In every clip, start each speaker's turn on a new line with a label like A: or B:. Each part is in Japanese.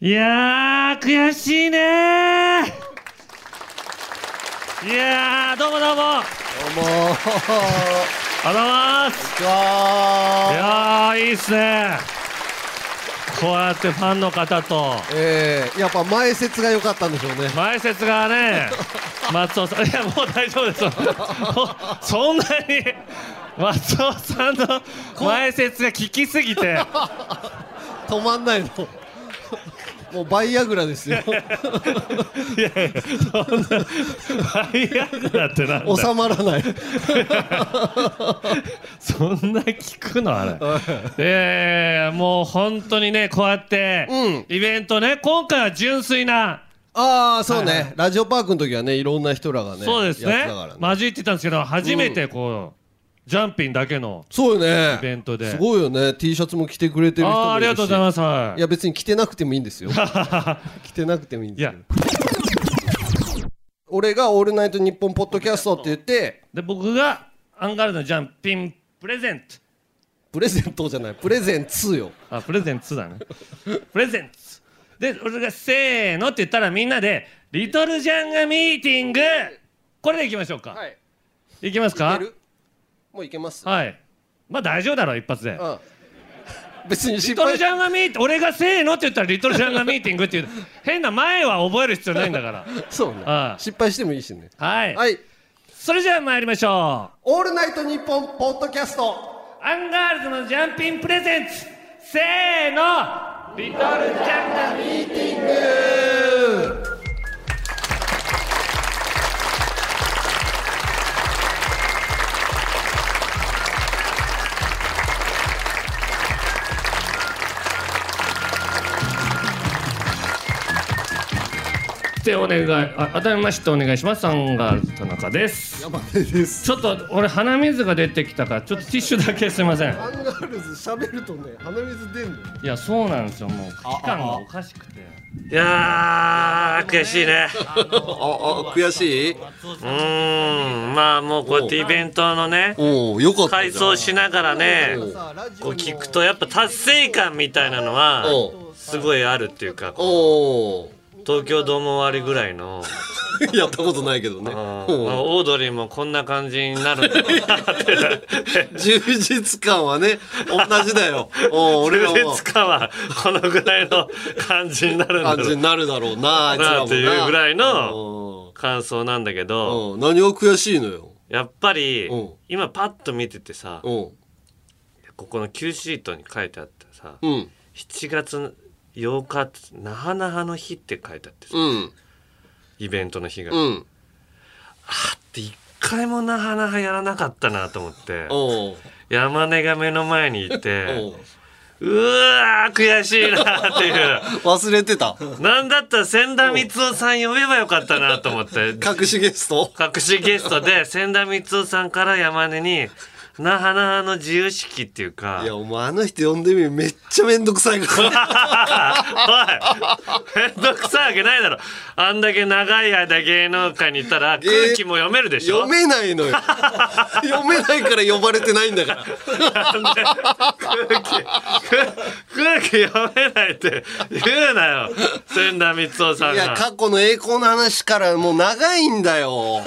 A: いやー、悔しいねー。いやー、どうもどうも。あ
B: どうもーこんに
A: りがとうございます。
B: ち
A: い
B: は
A: やー、いいっすね。こうやってファンの方と、
B: えー、やっぱ前説が良かったんでしょうね
A: 前説がね、松尾さん、いや、もう大丈夫ですよ。もうそんなに、松尾さんの前説が聞きすぎて、
B: 止まんないのもうバイアグラですよ
A: いやいや、そんな、最悪だってなんだよ
B: 収まらない
A: そんな聞くのあ れ。ええもう本当にね、こうやって、
B: う
A: イベントね、今回は純粋な、
B: ああそうね、
A: はいはい
B: ラジオパークの時はねいろんな人らがね
A: そうです
B: やっ
A: ね
B: てたからね、
A: 混じってたんですけど、初めてこう、ジャンピンだけの。
B: そうよね
A: イベントです
B: ごいよね T シャツも着てくれてる人もいる
A: あーあり
B: し
A: がとうございますす。はいい。
B: や別に着てなくてもいいんですよ着てなくてもいい ん
A: い
B: です
A: や
B: よ、俺が「オールナイトニッポン」ポッドキャストって言って
A: で、僕が、アンガールズのジャンピンプレゼント。
B: プレゼントじゃないプレゼン2よ
A: あ、プレゼンツだ ね。プレゼンツ。で、俺がせーのって言ったらみんなで、リトルジャンガミーティングこれでいきましょうか。
B: はい
A: い、きます
B: い
A: か
B: けるもういけます
A: はい。まあ大丈夫だろう、一発で。
B: うん別に
A: リ
B: 失
A: トル
B: 敗
A: ジャンガミーティング、俺がせーのって言ったらリトルジャンガミーティング っていう、変な前は覚える必要ないんだから。
B: そうね
A: ああ
B: 失敗してもいいしね
A: はい。
B: はい
A: それじゃあ参りましょ
B: 「オールナイトニッポン」ポッドキャスト
A: う。アンガールズのジャンピンプレゼンツ、せーのリトルジャンガミーティングってお願いあ改めましてお願いしますアンガールズ田中です
B: 山根です
A: ちょっと俺鼻水が出てきたからちょっとティッシュだけすいません
B: アンガールズ喋るとね鼻水出んの
A: いやそうなんですよもう期間がおかしくていやー悔しいね
B: ああ悔しいう
A: ーんまあもうこうやってイベントのね
B: おおよかった
A: 改装しながらねこう聞くとやっぱ達成感みたいなのは
B: お
A: すごいあるっていうかこ
B: おお
A: う東京ドーム終わりぐらいの
B: やったことないけどね
A: うん
B: うん
A: オードリーもこんな感じになるんだろうなって
B: 充実感はね同じだよお
A: 俺
B: 俺ら
A: ら
B: も
A: はこのぐらいの感じになるんだ
B: 感じ
A: ろう
B: になるだろうなあいつらもな
A: なあっていうぐらい
B: の
A: 感想なんだけど
B: 何が悔しいのよ
A: やっぱり
B: うん
A: 今パッと見ててさ
B: うん
A: ここの Q シートに書いてあったさ
B: うん
A: 7月8日ってなはなはの日って書いてあってさ
B: うん
A: イベントの日が
B: う
A: っ
B: ん
A: て一回もなはなはやらなかったなと思って
B: おう
A: 山根が目の前にい
B: お
A: て
B: う
A: うわー悔しいなっていう。
B: 忘れてた
A: なんだったら千田光雄さん呼べばよかったなと思って
B: 隠しゲスト
A: 隠しゲストで千田光雄さんから山根に「なはなはの自由式」っていうか
B: いやお前あの人呼んでみるめっちゃめんどくさいから
A: おいめんどくさいわけないだろあんだけ長い間芸能界にいたら空気も読めるでしょ、
B: 読めない のよ読めないから呼ばれてないんだから
A: 空気読めないって言うなよ千田光雄さん
B: いや
A: が
B: 過去の栄光の話からもう長いんだ よ
A: い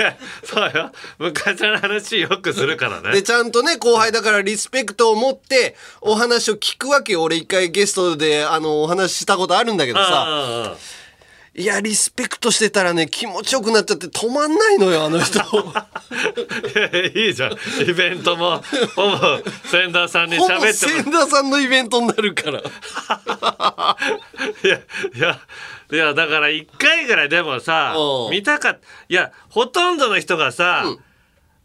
A: やそうよ昔の話よくするからね
B: でちゃんとね後輩だからリスペクトを持ってお話を聞くわけよ俺一回ゲストであのお話ししたことあるんだけどさ
A: うんうんうん
B: いやリスペクトしてたらね気持ちよくなっちゃって止まんないのよあの 人
A: いやいいじゃんイベントもほぼ千田さんに
B: ほぼ
A: 喋っても
B: 千田さんのイベントになる から
A: いやいやいやだから1回ぐらいでもさ
B: うん
A: 見たかっいやほとんどの人がさ、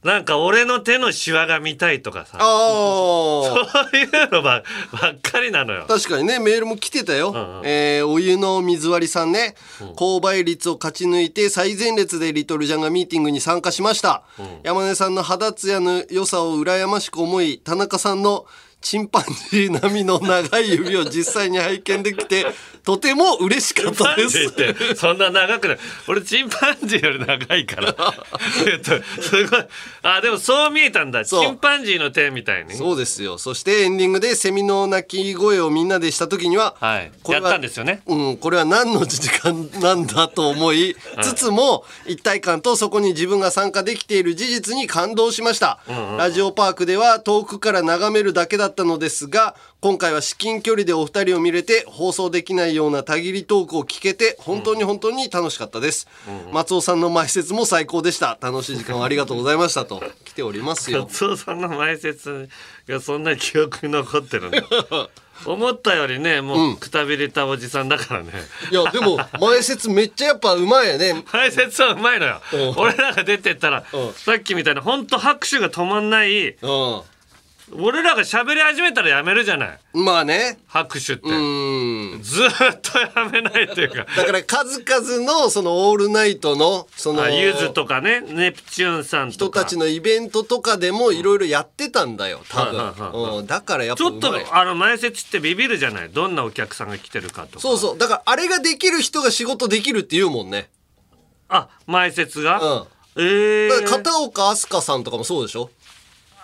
A: なんか俺の手のシワが見たいとかさ
B: ああ
A: そういうのばばっかりなのよ。
B: 確かにねメールも来てたよ、
A: んうん
B: えーお湯の水割りさんね、購買率を勝ち抜いて最前列でリトルジャンがミーティングに参加しました、山根さんの肌ツヤの良さを羨ましく思い田中さんのチンパンジー並みの長い指を実際に拝見で きて、とても嬉しかった
A: パン
B: で
A: ジ
B: す。
A: ーってそんな長くない俺チンパンジーより長いからえっとすごいあでもそう見えたんだ
B: そう
A: チンパンジーの手みたいに
B: そうですよ。そしてエンディングでセミの鳴き声をみんなでした時には、
A: はい
B: これ
A: や
B: は
A: ったんですよね
B: うん、これは何の時間なんだと思いつつも一体感とそこに自分が参加できている事実に感動しました、ラジオパークでは遠くから眺めるだけだったのですが今回は至近距離でお二人を見れて放送できないようなたぎりトークを聞けて本当に本当に楽しかったです、松尾さんの前説も最高でした楽しい時間をありがとうございましたと来ておりますよ
A: 松尾さんの前説がそんな記憶に残ってるんだ 思ったよりねもうくたびれたおじさんだからね、
B: いやでも前説めっちゃやっぱうまいよね
A: 解説はうまいのよ
B: うん
A: 俺らが出てったら
B: うん
A: さっきみたいなほんと拍手が止まんない俺らが喋り始めたらやめるじゃない
B: うんまあね
A: 拍手って、
B: うん
A: ずーっとやめないって いうか
B: だから数々のそのオールナイトのその
A: あゆずとかねネプチューンさん
B: 人
A: とか
B: たちのイベントとかでもいろいろやってたんだよ多
A: はいはい
B: 分、うん、だからやっぱ
A: ち
B: う
A: ょっ
B: まい
A: とあの前説ってビビるじゃないどんなお客さんが来てるかとか
B: そうそうだからあれができる人が仕事できるって言うもんね
A: あ前説が、ええ
B: だから
A: ー、
B: 片岡飛鳥さんとかもそうでしょ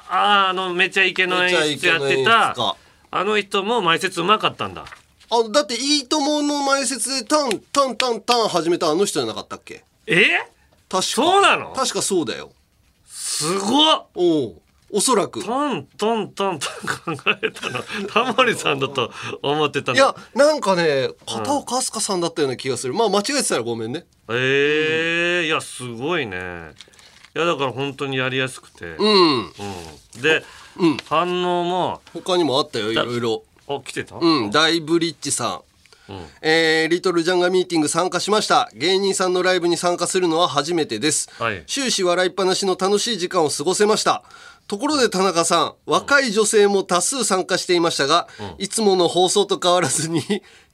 A: ああのめちゃイケの演
B: め
A: 出
B: ちゃ
A: や
B: イケ
A: っ
B: の演
A: て
B: 出
A: た
B: か
A: あの人も前説うまかったんだ
B: あだって「いいとも!」の前説でタンタンタンタン始めたあの人じゃなかったっけ
A: えー、
B: 確か
A: そうなの
B: 確かそうだよ
A: すごっ
B: おうおそらく
A: トントントントン考えたのタモリさんだと思ってたの
B: いやなんかね片岡飛鳥さんだったような気がするまあ間違えてたらごめんね
A: ええいやすごいねいやだから本当にやりやすくて、うん
B: うん
A: で、反応も
B: 他にもあったよいろいろ
A: あ来てた、
B: うん、大ブリッジさん。えーリトルジャンガミーティング参加しました芸人さんのライブに参加するのは初めてです、
A: はい
B: 終始笑いっぱなしの楽しい時間を過ごせましたところで田中さん若い女性も多数参加していましたが、いつもの放送と変わらずに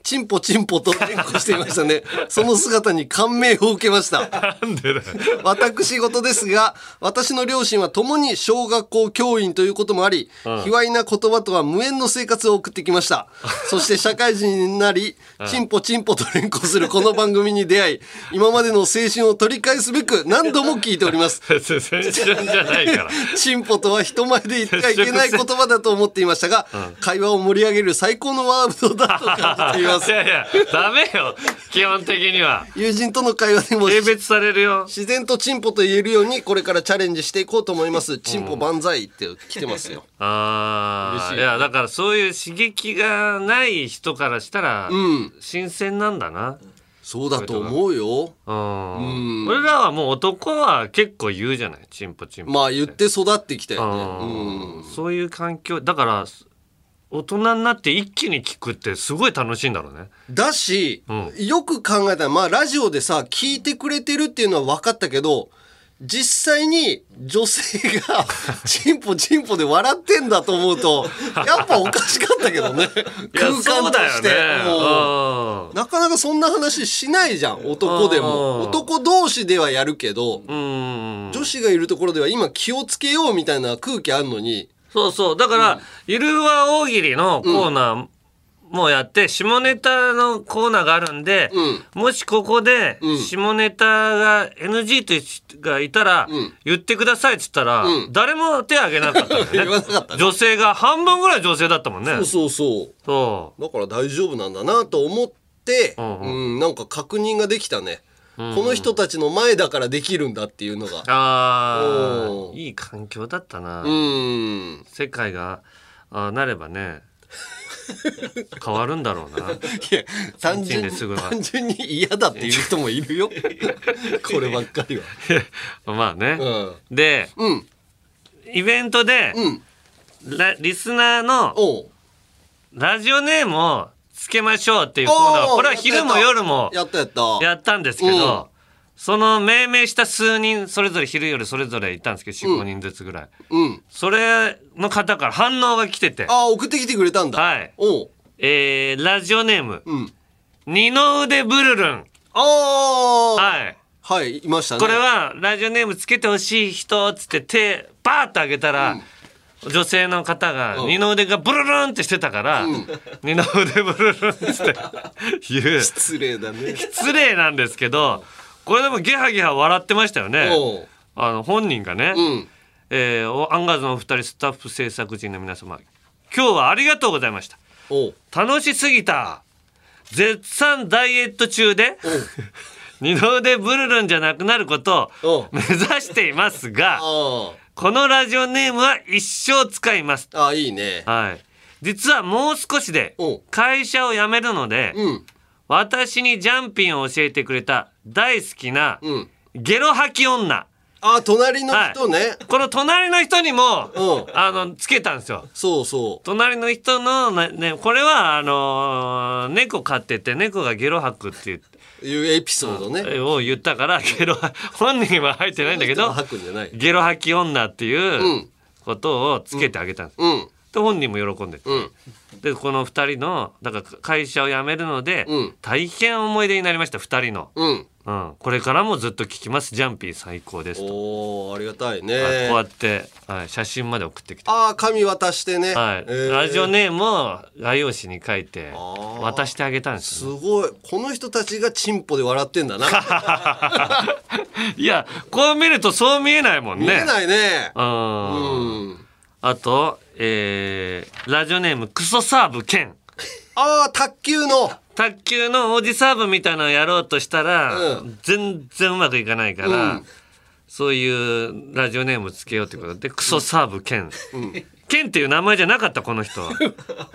B: チンポチンポと連呼していましたねその姿に感銘を受けました
A: なんでだよ
B: 私事ですが私の両親は共に小学校教員ということもあり、卑猥な言葉とは無縁の生活を送ってきましたそして社会人になり、チンポチンポと連呼するこの番組に出会い今までの青春を取り返すべく何度も聞いております
A: 別に青春じゃないから
B: チンポとは人前で言ってはいけない言葉だと思っていましたが、会話を盛り上げる最高のワードだと感じていま
A: い
B: す
A: やいやダメよ基本的には
B: 友人との会話でも
A: 軽蔑されるよ
B: 自然とチンポと言えるようにこれからチャレンジしていこうと思います。チンポ万歳って来てますよ。
A: あ
B: 嬉
A: あ
B: し
A: い
B: い
A: やだからそういう刺激がない人からしたら、
B: ん
A: 新鮮なんだな
B: そうだと思うよ。
A: うん、
B: うん
A: 俺らはもう男は結構言うじゃないチンポチンポ
B: まあ言って育ってきたよね。
A: うんそういう環境だから大人になって一気に聞くってすごい楽しいんだろうね
B: だし、よく考えたら、まあラジオでさ、聞いてくれてるっていうのは分かったけど、実際に女性 がチンポチンポで笑ってんだと思うと、やっぱおかしかったけど ね。
A: いや
B: 空間として。
A: そうだ
B: もう
A: よね
B: なかなかそんな話しないじゃん、男でも。
A: うん
B: 男同士ではやるけど、
A: うんうん
B: 女子がいるところでは今気をつけようみたいな空気あるのに、
A: そうそうだから「ゆるは大喜利」のコーナーもやって下ネタのコーナーがあるんで
B: うん
A: もしここで
B: うん
A: 下ネタが NG という人がいたら
B: うん
A: 言ってくださいっつったら
B: うん
A: 誰も手挙げなかったよ
B: 言わ
A: ね
B: なかったね
A: 女性が半分ぐらい女性だったもんね
B: そうそうそう
A: そう
B: だから大丈夫なんだなと思って、う
A: うん
B: ん
A: う
B: なんか確認ができたね、この人たちの前だからできるんだっていうのが
A: あ
B: お
A: あ
B: ー
A: いい環境だったな、
B: うん
A: 世界があーなればね 変わるんだろうない
B: や単純に
A: チンチンですぐは
B: 単純に嫌だっていう人もい るよこればっかりは
A: まあね、
B: う
A: で
B: んうん
A: イベントで、
B: うん
A: ラリスナーの
B: おう
A: ラジオネームをつけましょうっていうコーナー
B: おー
A: これは昼も夜も
B: やったやった
A: やったんですけど、
B: うん
A: その命名した数人それぞれ昼夜それぞれいたんですけど45人ずつぐらい、
B: うん
A: それの方から反応が来てて
B: あー送ってきてくれたんだ
A: はい
B: おう
A: えーラジオネーム、
B: うん
A: 二の腕ブルルン。
B: ああ
A: はい。
B: はいいましたね
A: これは、ラジオネームつけてほしい人、つって手、バーッと上げたら、女性の方が二の腕がブルルンってしてたから、二の腕ブルルンって言 う
B: 失礼 だね
A: 失礼なんですけどこれでもゲハゲハ笑ってましたよね
B: おう
A: あの本人がね、
B: うん
A: えーおアンガールズのお二人スタッフ制作陣の皆様今日はありがとうございました
B: おう
A: 楽しすぎた絶賛ダイエット中で 二の腕ブルルンじゃなくなることを
B: お
A: 目指していますが
B: あ
A: このラジオネームは一生使います
B: ああいいね
A: はい実はもう少しで
B: お
A: 会社を辞めるので
B: うん
A: 私にジャンピンを教えてくれた大好きな
B: うん
A: ゲロ吐き女
B: あ隣の人ね、
A: この隣の人にも
B: うん
A: あのつけたんですよ
B: そうそう
A: 隣の人のなねこれはあのー猫飼ってて猫がゲロ吐くって言っ
B: いうエピソードね。
A: てを言ったからゲロ吐本人は吐いてないんだけど
B: 吐くんじゃない。
A: ゲロ吐き女っていううんことをつけてあげたんです、
B: うん
A: で本人も喜んでて、
B: うん
A: でこの2人のだから会社を辞めるので、
B: うん
A: 大変思い出になりました2人の、
B: うん。
A: うん、これからもずっと聞きますジャンピー最高ですと、
B: おおありがた
A: は
B: い
A: い
B: ね
A: こう。やって、はい、写真まで送ってきて
B: ああ紙渡して ね。
A: はい
B: えー
A: ラジオネームを画用紙に書いて
B: ー
A: 渡してあげたんです
B: す
A: よね
B: ごいこの人たちがチンポで笑ってん だな。
A: いやこう見るとそう見えないもんね
B: 見えないね。う
A: うん
B: ん。
A: あと、えーラジオネームクソサーブ兼
B: ああ卓球の。
A: 卓球の王子サーブみたいなのをやろうとしたら、
B: うん
A: 全然うまくいかないから、
B: うん
A: そういうラジオネームつけようってことでクソサーブ兼、兼っていう名前じゃなかったこの 人は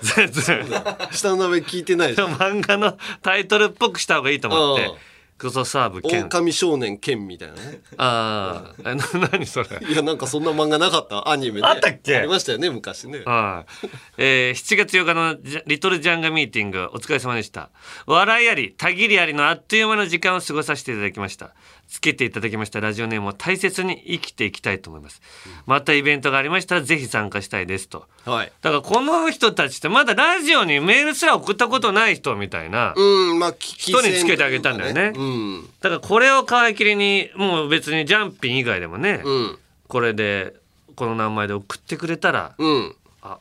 A: 全然。
B: 下の名前聞いてない
A: で
B: じ ゃ
A: も
B: ん。
A: 漫画のタイトルっぽくした方がいいと思っ
B: う
A: て
B: ん
A: 「クソサーブ剣」
B: 狼少年剣みたいなね。
A: あーあな 何それ
B: いやなんかそんな漫画なかったアニメで。
A: あったっけ
B: ありましたよね昔ね。
A: はい、えー7月8日のジャリトルジャンガミーティングお疲れ様でした笑いありたぎりありのあっという間の時間を過ごさせていただきましたつけていただきましたラジオネームを大切に生きていきたいと思いますまたイベントがありましたらぜひ参加したいですと
B: はい。
A: だからこの人たちってまだラジオにメールすら送ったことない人みたいな、
B: うんまあ聞
A: 人につけてあげたんだよね
B: うん
A: だからこれを皮切りにもう別にジャンピン以外でもね、
B: うん
A: これでこの名前で送ってくれたら、
B: うん。
A: あ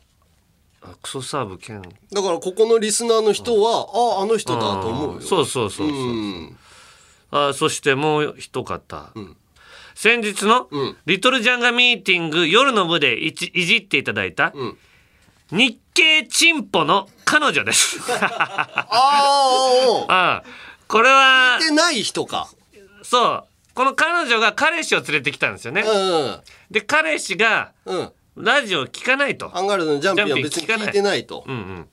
A: クソサーブ兼
B: だからここのリスナーの人は、ああの人だと思うよ。
A: そうそうそうそう、
B: うん
A: あそしてもう一方、先日の
B: うん
A: リトルジャンガミーティング夜の部でいちいじっていただいた、
B: うん
A: 日系チンポの彼女です
B: ああ、ああ
A: あこれは
B: あでない人か。
A: そうこの彼女が彼氏を連れてきたんですよね、
B: う
A: で彼氏が
B: ん。うん。
A: ラジオ聞かないと
B: アンガールズのジャンピンは別に聞いてないと。
A: うんうん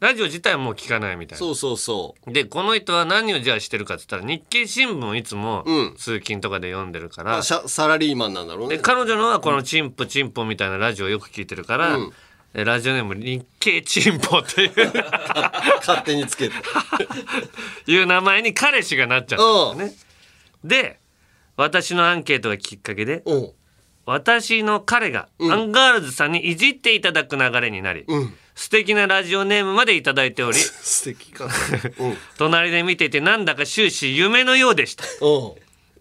A: ラジオ自体もう聞かないみたいな
B: そうそうそ
A: でこの人は何をじゃあしてるかって言ったら日経新聞をいつも
B: うん
A: 通勤とかで読んでるか
B: う。
A: ら、
B: あササラリーマンなんだろう
A: で
B: ね。
A: 彼女のはこの「チンポチンポ」みたいなラジオをよく聞いてるから、
B: うん
A: えラジオネーム「日経チンポ」っていう
B: 勝手につけて。
A: いう名前に彼氏がなっちゃったんですね。で私のアンケートがきっかけで
B: うん。
A: 私の彼がアンガールズさんにいじっていただく流れになり、
B: うん。
A: 素敵なラジオネームまでいただいており
B: 素敵かな。うん。うん。
A: 隣で見ていてなんだか終始夢のようでした。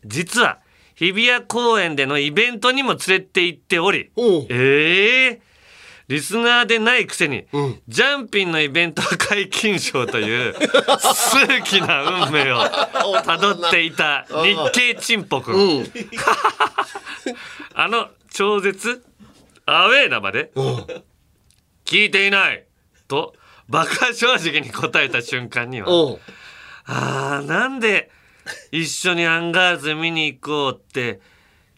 A: 実は日比谷公園でのイベントにも連れて行っており
B: おう
A: ええリスナーでないくせに、
B: ん
A: ジャンピンのイベント解禁賞という数奇な運命をたどっていた日系チンポくん、
B: うん。
A: あの超絶アウェーなまで
B: うん。
A: 「聞いていない!」と馬鹿正直に答えた瞬間には
B: うん。
A: あーなんで一緒にアンガールズ見に行こうって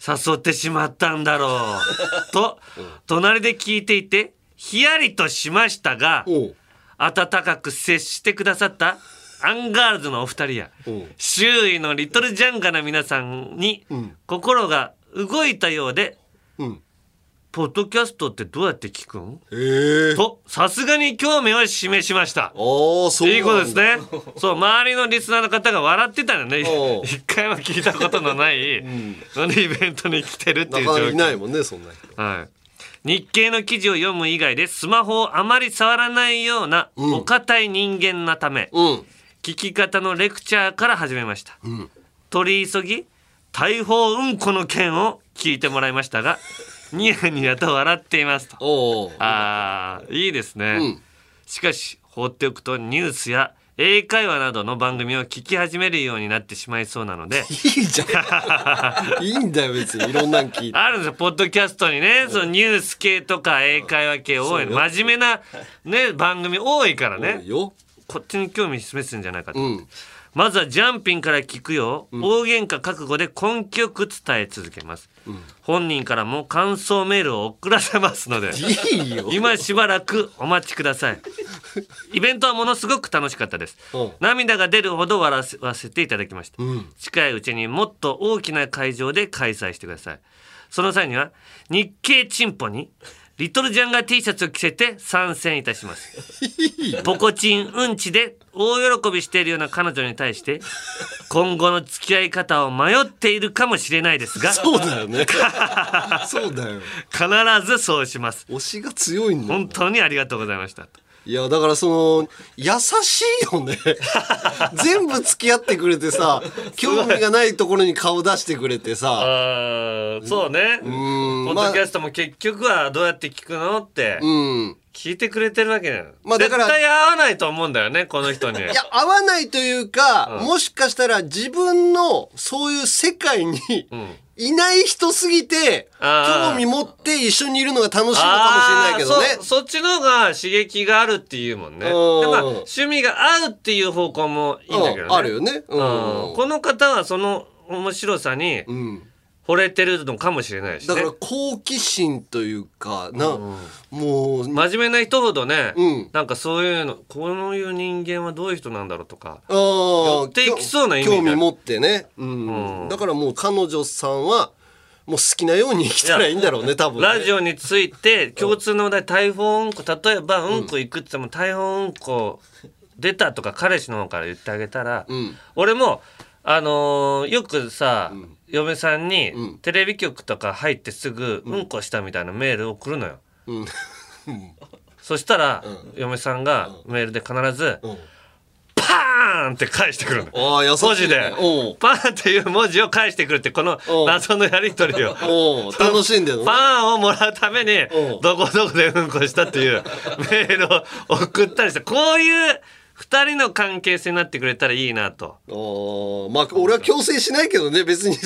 A: 誘ってしまったんだろう と隣で聞いていてヒヤリとしましたが
B: おう
A: 温かく接してくださったアンガールズのお二人や
B: うん
A: 周囲のリトルジャンガな皆さんに
B: うん
A: 心が動いたようで
B: うん。
A: 「ポッドキャストってどうやって聞くん?
B: ええ」。
A: とさすがに興味を示しました。
B: ああ、そうなんだ
A: いいことです。ね。そう、周りのリスナーの方が笑ってたのね
B: お。う
A: 一回も聞いたことのない、そのイベントに来てるってい
B: な
A: う
B: か
A: 状
B: なかいな
A: 況。
B: いもんね、そんな人。
A: はい。日経の記事を読む以外でスマホをあまり触らないような
B: ん
A: お堅い人間なため、
B: うん。
A: 聞き方のレクチャーから始めました、取り急ぎ大砲うんこの件を聞いてもらいましたがニヤニヤと笑っていますと
B: おお
A: あーいいですね、
B: うん
A: しかし放っておくとニュースや英会話などの番組を聞き始めるようになってしまいそうなので
B: いいじゃ んいいんだよ別にいろんなん聞いて
A: あるんですよポッドキャストにねそのニュース系とか英会話系多い
B: そう
A: の
B: よ
A: 真面目な、ね、番組多いから
B: そう
A: ね
B: よ
A: こっちに興味示すんじゃないかと、
B: うん
A: まずはジャンピンから聞くよ、う大喧嘩覚悟で根気よく伝え続けます、本人からも感想メールを送らせますので
B: いいよ
A: 今しばらくお待ちくださいイベントはものすごく楽しかったです
B: うん
A: 涙が出るほど笑わせわせていただきました、近いうちにもっと大きな会場で開催してくださいその際には日経チンポにリトルジャンガー T シャツを着せて参戦いたしますポコチンうんちで大喜びしているような彼女に対して今後の付き合い方を迷っているかもしれないですが
B: そうだよ ねそうだよ
A: 必ずそうします
B: 推しが強いんだよ
A: 本当にありがとうございました
B: いやだからその優しい よね全部付き合ってくれてさ興味がないところに顔出してくれてさ
A: あーそうねポ
B: ん
A: ッドキャストも結局はどうやって聞くのって
B: うん
A: 聞いてくれてるわけだよ、
B: まあだから
A: 絶対合わないと思うんだよねこの人に
B: いや合わないというか、
A: うん
B: もしかしたら自分のそういう世界に
A: ん
B: いない人すぎて、
A: あー
B: 興味持って一緒にいるのが楽しいのか
A: あー
B: もしれないけど
A: そ
B: ね。
A: そっちの方が刺激があるっていうもんねで
B: うん
A: まあ趣味が合うっていう方向もいいんだけどね
B: うんあるよね。う
A: うん
B: ん。
A: この方はその面白さに
B: うん
A: 惚れてるのかもしれないし
B: だ
A: ね
B: から好奇心というか、な、もう、
A: 真面目な人ほどね、
B: うん
A: なんかそういうのこういう人間はどういう人なんだろうとか
B: あー
A: 寄っていきそうな意味だ
B: 興味持ってね、うん
A: うん
B: だからもう彼女さんはもう好きなように生きたらいいんだろうね多分ね
A: ラジオについて共通の話題大砲うんこ例えばうんこ行くって言っても大砲うんこ出たとか彼氏の方から言ってあげたら、
B: ん
A: 俺もあのーよくさ、嫁さんに、
B: うん
A: テレビ局とか入ってすぐうんこしたみたいなメール送るのよ、
B: うん
A: そしたら、嫁さんがメールで必ず、
B: うん
A: パーンって返してくるの
B: ああ優しいね
A: 文字で
B: おう
A: パーンっていう文字を返してくるってこの
B: おう
A: 謎のやり取りを
B: おう楽しんでるのね
A: パンをもらうために
B: うん
A: どこどこでうんこしたって いうメールを送ったりしてこういう2人の関係性になってくれたらいいなと
B: あーまあ俺は強制しないけど ね別にも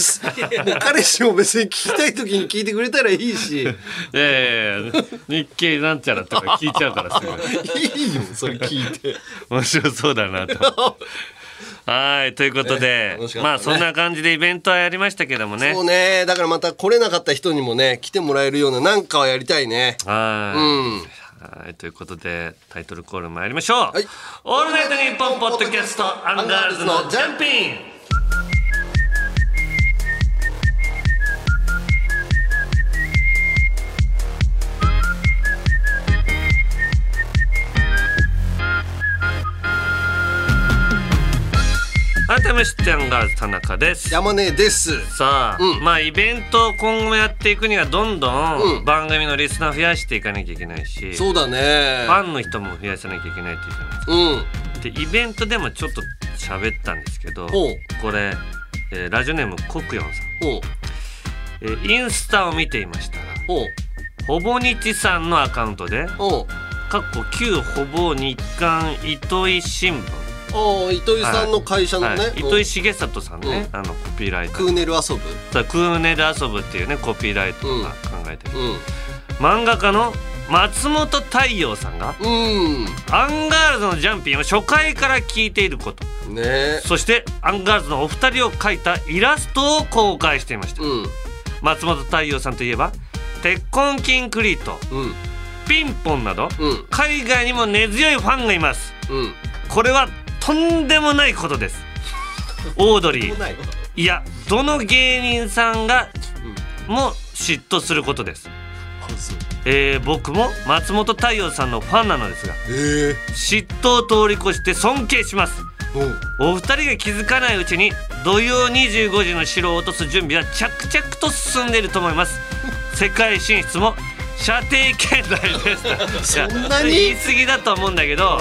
B: う彼氏も別に聞きたい時に聞いてくれたらいいしいいよ
A: ええ日経なんちゃらとか聞いちゃう からすごい
B: それ聞いて
A: 面白そうだなと。はいということ
B: ね
A: で、
B: 楽しかったね
A: まあそんな感じでイベントはやりましたけどもね
B: そうねだからまた来れなかった人にもね来てもらえるようななんかはやりたいね
A: はい、
B: うん
A: はい、ということでタイトルコール参りましょう、
B: はい
A: オールナイトニッポンポッドキャストアンガールズのジャンピン改めましてアンガールズ田中です
B: 山根です
A: さあ、
B: うん
A: まあイベントを今後もやっていくにはどんど
B: うんん
A: 番組のリスナー増やしていかなきゃいけないし、フ
B: そうだね
A: ァンの人も増やさなきゃいけないっていうじゃないです
B: うん
A: かでイベントでもちょっと喋ったんですけど
B: おう
A: これ、えーラジオネームコクヨンさん、
B: おう
A: えーインスタを見ていましたら
B: おう
A: ほぼ日さんのアカウントで
B: おう
A: かっこ旧ほぼ日刊糸井新聞、
B: ああ糸井さんの会社のね、
A: はい、糸井重里さんね、あのコピーライタ
B: ク
A: ー
B: ーネル遊ぶ
A: さあクーネル遊ぶっていうねコピーライターが考えてる、
B: う
A: 漫画家の松本太陽さんが
B: ん
A: アンガールズのジャンピンを初回から聞いていること
B: うんねえ
A: そしてアンガールズのお二人を描いたイラストを公開していました、
B: うん
A: 松本太陽さんといえば「鉄痕キンクリート」
B: うん
A: 「ピンポン」など
B: うん
A: 海外にも根強いファンがいます
B: うん
A: これはとんでもないことですオードリ
B: も
A: ー
B: ない
A: いやどの芸人さんがも嫉妬することです、えー僕も松本太陽さんのファンなのですが
B: え
A: 嫉妬を通り越して尊敬します
B: えうん
A: お二人が気づかないうちに土曜25時の城を落とす準備は着々と進んでいると思い ます世界進出も射程圏内です
B: そんな
A: や
B: い
A: 言い過ぎだと思うんだけど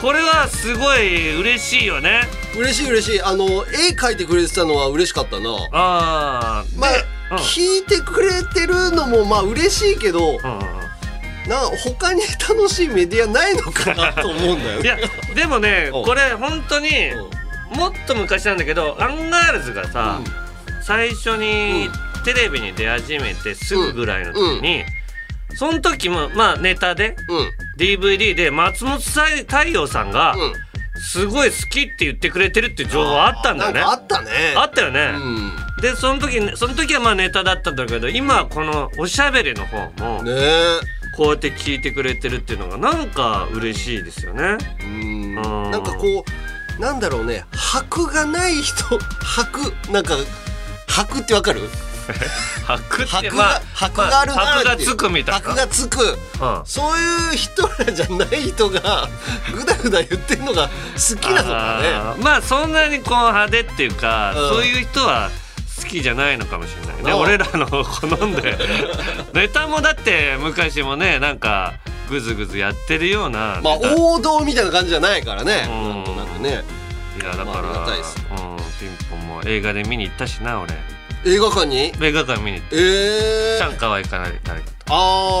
A: これはすごい嬉しいよね
B: 嬉しい嬉しいあの絵描いてくれてたのは嬉しかったな
A: あー
B: まあ
A: うん
B: 聞いてくれてるのもまあ嬉しいけど、
A: うんうんうん
B: な他に楽しいメディアないのかなと思うんだよ
A: いやでもね
B: うん
A: これ本当に
B: うん
A: もっと昔なんだけどアンガールズがさ、最初にテレビに出始めてすぐぐらいの時に、その時もまあネタで
B: うん
A: DVD で松本さい太陽さんが
B: うん
A: すごい好きって言ってくれてるっていう情報あったんだよね。
B: なんかあ
A: あ
B: ったね
A: ったよね。
B: うん
A: でその時ねその時はまあネタだったんだけど今はこのおしゃべりの方も
B: ねえ
A: こうやって聞いてくれてるっていうのがなんか嬉しいですよね。
B: うん
A: うん
B: なんかこうなんだろうね箔がない人箔なんか箔ってわかる
A: 箔っ
B: 箔
A: て
B: が、
A: まあ
B: 箔があるな
A: まあ
B: って
A: 箔が
B: いう
A: つくみたいな
B: 箔がつく
A: うん
B: そういう人らじゃない人が ぐだぐだ言ってるのが好きなのかね
A: あーまあそんなにこう派手っていうか、
B: うん
A: そういう人は好きじゃないのかもしれないね
B: うん
A: 俺らの好ん でネタもだって昔もねなんかグズグズやってるような
B: まあ
A: ネタ
B: 王道みたいな感じじゃないからね
A: うん
B: なんとなくね
A: いやだから、
B: まあありがたいです
A: うん、ピンポンも映画で見に行ったしな俺
B: 映画館に
A: 映画館見に行っ
B: え
A: たちゃ
B: ー
A: ん、かわいかなり誰か
B: あー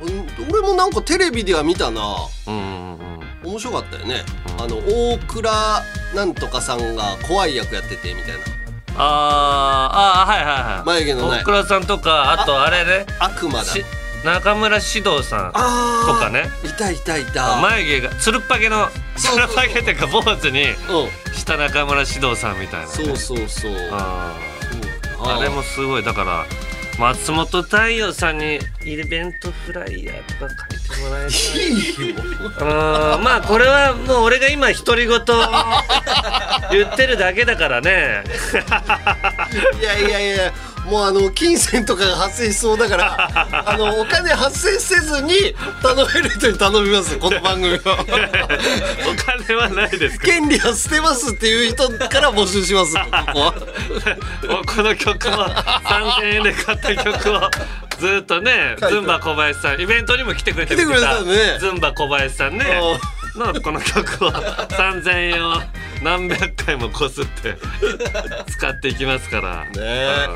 B: うん俺もなんかテレビでは見たな
A: とうんうんうんうん
B: 面白かったよね
A: うん
B: あの大倉なんとかさんが怖い役やっててみたいな
A: あーあーはいはいはい
B: 眉毛のない
A: 大倉さんとかあとあれね
B: 悪魔だ
A: し中村獅童さんと
B: あー
A: かね
B: いたいたいた
A: 眉毛がつるっぱげのつ
B: そう
A: る
B: そう
A: っぱげっていうか坊主に
B: うん
A: 下中村獅童さんみたいなね、
B: そうそうそう
A: あ
B: そう
A: ーあれもすごいだから松本太陽さんにイベントフライヤーとか書いてもらえたら
B: いいよ
A: うーんまあこれはもう俺が今独り言を言ってるだけだから ね
B: いやいやいやもうあの金銭とかが発生しそうだから あのお金発生せずに頼める人に頼みますこの番組は
A: お金はないですか
B: 権利は捨てますっていう人から募集しますここ は
A: もうこの曲を3000円で買った曲をずっとね
B: 書いて
A: ズンバ小林さんイベントにも来てくれて
B: 来てくれたね
A: ズンバ小林さんねのこの曲を3000円を何百回もこすって使っていきますから。
B: ねえ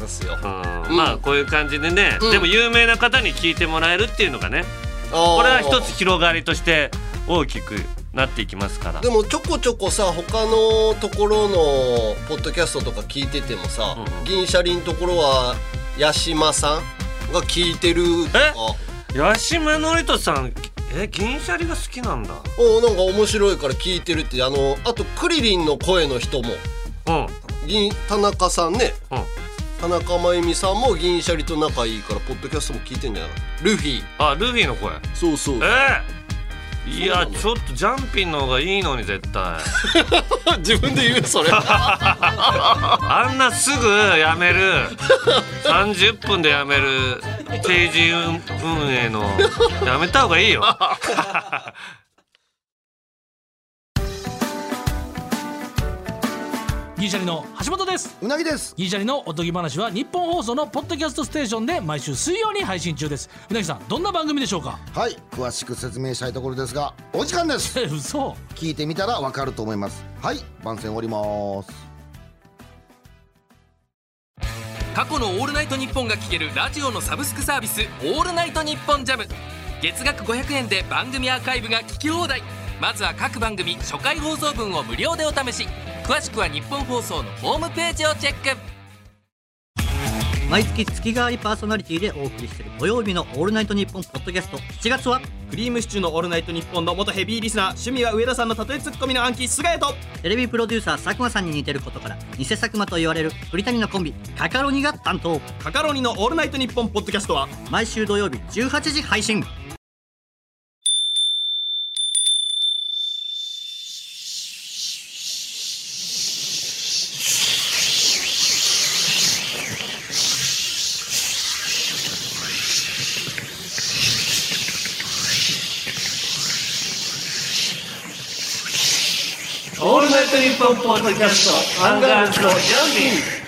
B: ますよ
A: うんうん
B: うん
A: まあこういう感じでね、
B: うん
A: でも有名な方に聞いてもらえるっていうのがね
B: こ
A: これは一つ広がりとして大きくなっていきますから
B: でもちょこちょこさ他のところのポッドキャストとか聞いててもさ、
A: うんうん
B: 銀シャリのところは八島さんが聞いてるとか
A: え八島智人さんえ銀シャリが好きなんだ
B: おなんか面白いから聞いてるってあのあとクリリンの声の人も
A: うん
B: 銀田中さんね
A: うん
B: 田中真由美さんも銀シャリと仲いいからポッドキャストも聞いてんじゃないルフィ
A: あルフィの声
B: そうそう
A: え ー、い
B: そう
A: や
B: なの
A: ちょっとジャンピンの方がいいのに絶対
B: 自分で言うそれ
A: あんなすぐやめる30分でやめる定時運営のやめた方がいいよ
C: 銀シャリの橋本です
D: うなぎです
C: 銀シャリのおとぎ話は日本放送のポッドキャストステーションで毎週水曜に配信中ですうなぎさんどんな番組でしょうか
D: はい詳しく説明したいところですがお時間です
C: え嘘
D: 聞いてみたらわかると思いますはい番宣おります
E: 過去の「オールナイトニッポン」が聴けるラジオのサブスクサービス「オールナイトニッポンジャム月額500円で番組アーカイブが聞き放題まずは各番組初回放送分を無料でお試し詳しくは日本放送のホームページをチェック
F: 毎月月替わりパーソナリティでお送りしている土曜日の「オールナイトニッポン」ポッドキャスト7月は
G: クリームシチューのオールナイトニッポンの元ヘビーリスナー趣味は上田さんのたとえツッコミの暗記菅谷と
F: テレビプロデューサー佐久間さんに似てることから偽佐久間と言われる鳥谷のコンビカカロニが担当
G: カカロニのオールナイトニッポンポッドキャストは
F: 毎週土曜日18時配信
H: オールナイトニッポンポッドキャストアンガールズのジャンピン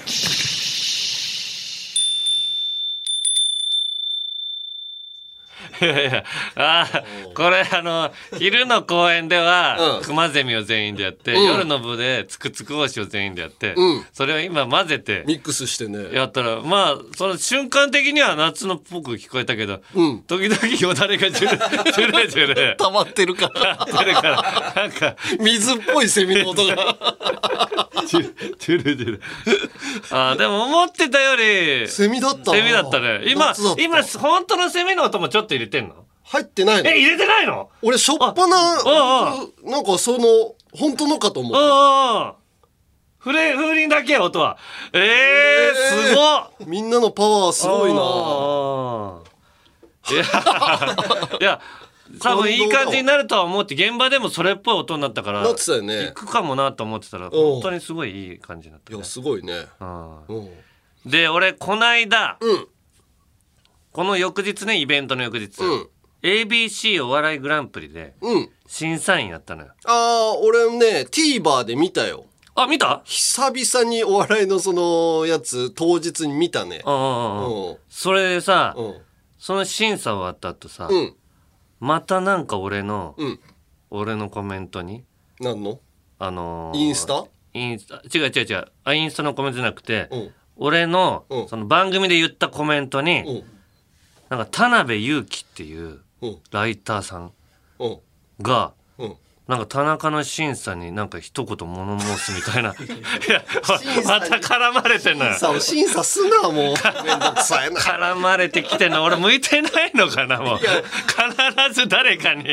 A: いやいやあーこれあの昼の公演では
B: うん
A: クマゼミを全員でやって、
B: うん
A: 夜の部でつくつく星を全員でやって、
B: うん
A: それを今混ぜて
B: ミックスしてね。
A: やったらまあその瞬間的には夏のっぽく聞こえたけど、
B: うん
A: 時々よだれがジュレジュレジ ュレ
B: 溜まってるから。
A: 出るからなんか
B: 水っぽいセミの音が。
A: ジュジュレジュレあーでも思ってたより
B: セミだったな
A: セミだったね今
B: 夏だった
A: 今本当のセミの音もちょっと入れてんの
B: 入ってないの
A: え入れてないの
B: 俺、しょっぱな、
A: ああ
B: なんかその、本当のかと思う。
A: ああふれ風鈴だけ音はええー、すごっ
B: みんなのパワーすごいな。
A: な。 いやいや多分いい感じになるとは思って現場でもそれっぽい音になったから
B: なってたよ
A: 行
B: ね。
A: くかもなと思ってたら本当にすごいいい感じになった
B: い
A: ね
B: や、すごいね。うん。
A: うんで俺こないだ
B: うん。
A: この翌日ねイベントの翌日、
B: うん
A: ABC お笑いグランプリで
B: うん。
A: 審査員やったのよ
B: ああ、俺ね、TVer で見たよ。
A: あ見た
B: 久々にお笑いのそのやつ当日に見たね。
A: うんうんうん
B: うん。
A: それでさ
B: うん。
A: その審査終わった後さ、
B: うん。
A: またなんか俺の、
B: うん。
A: 俺のコメントに
B: なんの
A: あのー
B: インスタ
A: インスタ違う違う違うあインスタのコメントじゃなくて、
B: うん。
A: 俺の、
B: うん
A: その番組で言ったコメントに、
B: うん。
A: なんか田辺裕樹っていう
B: うん。
A: ライターさん
B: うん。
A: が
B: うん。
A: なんか田中の審査になんか一言物申すみた いないやおいまた絡まれてんのよ
B: さあ、審査すな、 もう。めんどくさいな。
A: 絡まれてきてんの俺向いてないのかなもう必ず誰かに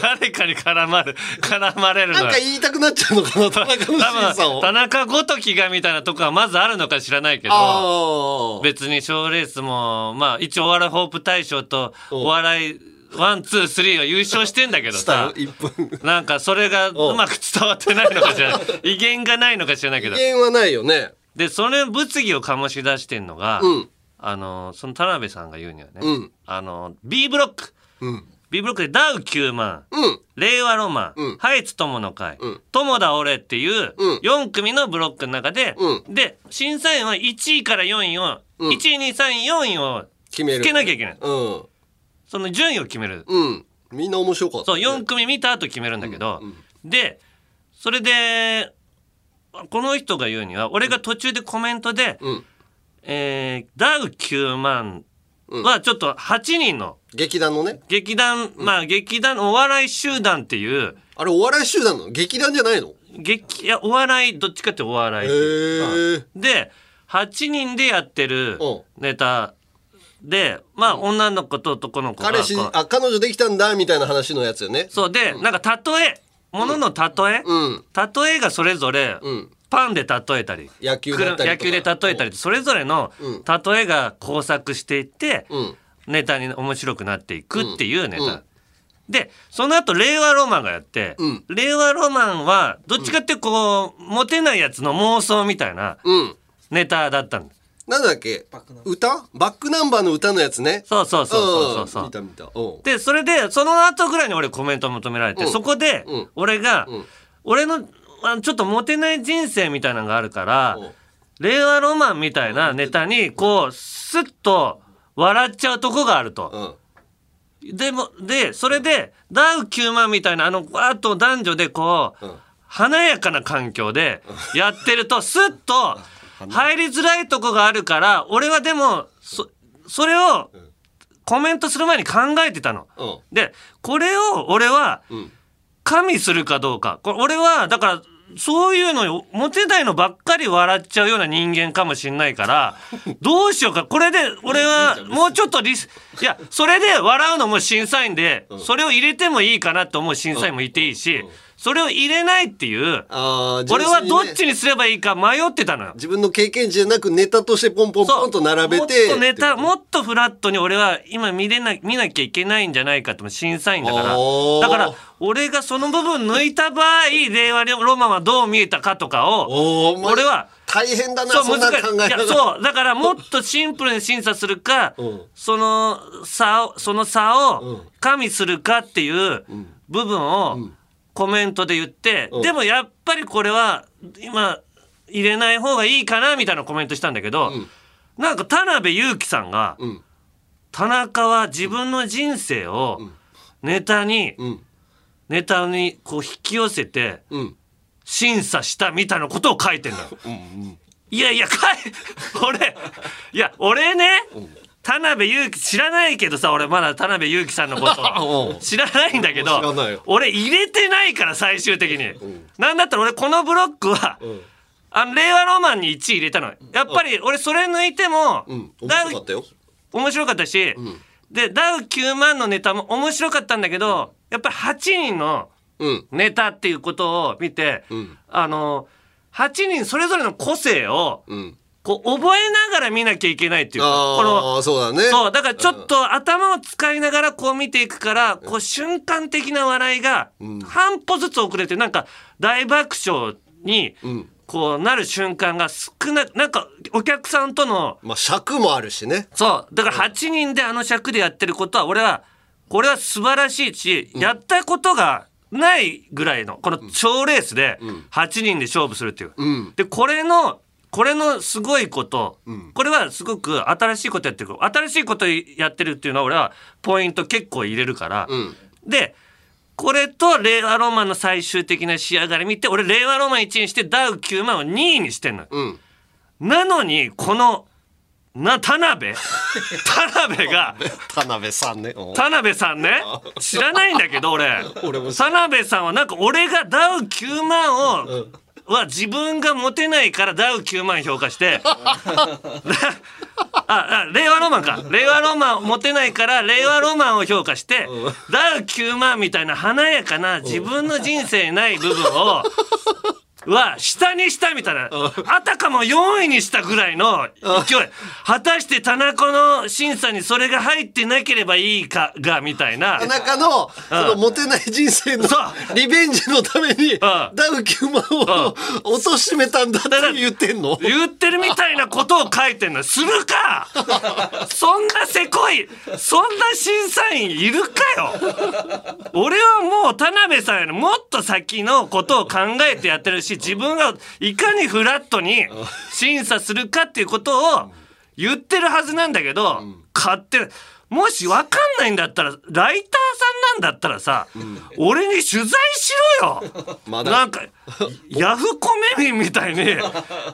A: 誰かに絡まる絡まれるの
B: なん
A: よ
B: か言いたくなっちゃうのかな、田中の審
A: 多
B: 査
A: 分
B: を。
A: 田
B: あ
A: 中ごときがみたいなとこはまずあるのか知らないけど
B: あ。
A: 別に賞レースもまあ一応お笑いホープ大賞とお笑いワンツースリーは優勝してんだけど
B: したよ
A: さ、
B: 1分。
A: なんかそれがうまく伝わってないのかし らない威厳がないのか知らないけ
B: 威
A: ど
B: 厳はないよね。
A: でそれ物議を醸し出してんのが、
B: うん。
A: あのその田辺さんが言うにはね、
B: うん
A: あの B ブロック
B: うん。
A: B ブロックでダウ9万
B: うん。
A: 令和ロマン、
B: うん
A: ハイツ友の会、
B: うん
A: 友だ俺っていう
B: うん
A: 4組のブロックの中で、
B: う
A: で審査員は1位から4位を、
B: うん
A: 1位2位3位4位を
B: 決める。
A: つけなきゃいけない
B: うん。
A: その順位を決める、
B: うん。みんな面白かった
A: そう
B: ね。
A: 4組見た後決めるんだけど、
B: うん
A: でそれでこの人が言うには俺が途中でコメントで、
B: うん。
A: えーダウ9万はちょっと8人の
B: 劇団のね。
A: 劇団、まあ劇団お笑い集団っていう
B: あれ、お笑い集団なの劇団じゃないの
A: 劇いやお笑いどっちかってお笑いっていう
B: へえ。
A: で8人でやってる
B: うん
A: ネタでまあ女の子と男の子が
B: 彼氏
A: こう
B: あ彼女できたんだみたいな話のやつよね
A: そうでなんか例えものの例え
B: うん
A: 例えがそれぞれ
B: うん
A: パンで例えたり
B: 野球だ
A: 車
B: ったり
A: 野
B: とか
A: 球で例えたりそれぞれの
B: うん
A: 例えが交錯していって
B: うん
A: ネタに面白くなっていくっていうネタ。
B: うんうん
A: でその後令和ロマンがやって、
B: うん
A: 令和ロマンはどっちかっていうとこう、モテないやつの妄想みたいな
B: うん
A: ネタだったんです
B: なんだっけ歌バックナンバーの歌のやつね
A: そうそうそうそうそうそう
B: 見た見たうん
A: でそれでその後ぐらいに俺コメントを求められて、
B: うん
A: そこで
B: うん
A: 俺が、
B: うん
A: 俺のあちょっとモテない人生みたいなのがあるから、
B: うん
A: 令和ロマンみたいなネタにこうスッと笑っちゃうとこがある
B: う
A: と。
B: ん
A: でもでそれでダウ9万みたいなあのあと男女でこう、
B: うん
A: 華やかな環境でやってる とスッと入りづらいとこがあるから俺はでもそそれをコメントする前に考えてたの。
B: うん
A: でこれを俺は
B: うん
A: 加味するかどうかこれ俺はだからそういうのよモテないのばっかり笑っちゃうような人間かもしんない からどうしようかこれで俺はもうちょっとリスいやそれで笑うのも審査員でそれを入れてもいいかなと思う審査員もいていいしそれを入れないっていう
B: あー
A: 俺はどっち
B: 純粋にね
A: にすればいいか迷ってたのよ。
B: 自分の経験値じゃなくネタとしてポンポンポンと並べて
A: もっとネタもっとフラットに俺は今見れな見なきゃいけないんじゃないかって審査員だから
B: おー
A: だから俺がその部分抜いた場合令和ロマンはどう見えたかとか
B: お
A: を
B: ーお前
A: 俺は
B: 大変だなそんな考え
A: い
B: な
A: や
B: がら
A: そうだからもっとシンプルに審査するか、
B: うん
A: その差をその差
B: う
A: を
B: ん
A: 加味するかっていう部分をコメントで言って、
B: うん
A: でもやっぱりこれは今入れない方がいいかなみたいなコメントしたんだけど、なんか田辺裕樹さんが
B: うん
A: 田中は自分の人生をネタに、
B: ん
A: ネタにこう引き寄せて
B: うん
A: 審査したみたいなことを書いてんだよ。いやい や、かい、俺、いや、俺ね、田辺祐希知らないけどさ、俺まだ田辺祐希さんのこ
B: う
A: と
B: ん
A: 知らないんだけ
B: 知らない
A: ど
B: よ、
A: 俺入れてないから最終的に。なんだったら俺このブロックは、あの、令和ロマンに1位入れたの。やっぱり俺それ抜いても、
B: うん面
A: ダウ
B: 白かったよ
A: 面白かったし、で、ダウ9万のネタも面白かったんだけど、やっぱり8人の
B: うん
A: ネタっていうことを見て、
B: ん
A: あの、8人それぞれの個性を、
B: うん
A: こう覚えながら見なきゃいけないっていうか、こ
B: あ
A: の
B: あそうだね
A: そうだからちょっと頭を使いながらこう見ていくから、こう瞬間的な笑いが半歩ずつ遅れてなんか大爆笑に
B: ん
A: こうなる瞬間が少なくなんかお客さんとの
B: まあ尺もあるしね
A: そうだから8人であの尺でやってることは俺はこれは素晴らしいし、やったことがないぐらいのこの賞レースで8人で勝負するっていう、
B: ん
A: でこれのこれのすごいこと、これはすごく新しいことやってる新しいことやってるっていうのは俺はポイント結構入れるから、
B: ん
A: でこれと令和ロマンの最終的な仕上がり見て俺令和ロマン1位にしてダウ9万を2位にしてんのよ、
B: うん
A: なのにこのな田辺田辺が
B: 田辺さんねうん
A: 田辺さんね知らないんだけど 俺田辺さんはなんか俺がダウ9万を、は自分がモテないからダウ9万評価して ああ令和ロマンか令和ロマンをモテないから令和ロマンを評価してダウ9万みたいな華やかな自分の人生にない部分をは下にしたみたいなあたかも4位にしたぐらいの勢い果たして田中の審査にそれが入ってなければいいかがみたいな
B: 田中のそのモテない人生の
A: そう
B: リベンジのためにダ
A: ん
B: ウ9万を貶としめたんだって言ってんの
A: 言ってるみたいなことを書いてんのするかそんなせこいそんな審査員いるかよ俺はもう田辺さんよりもっと先のことを考えてやってるし自分がいかにフラットに審査するかっていうことを言ってるはずなんだけど、勝手もし分かんないんだったらライターさんなんだったらさ、俺に取材しろよ
B: まだ
A: なんかヤフコメ民みたいに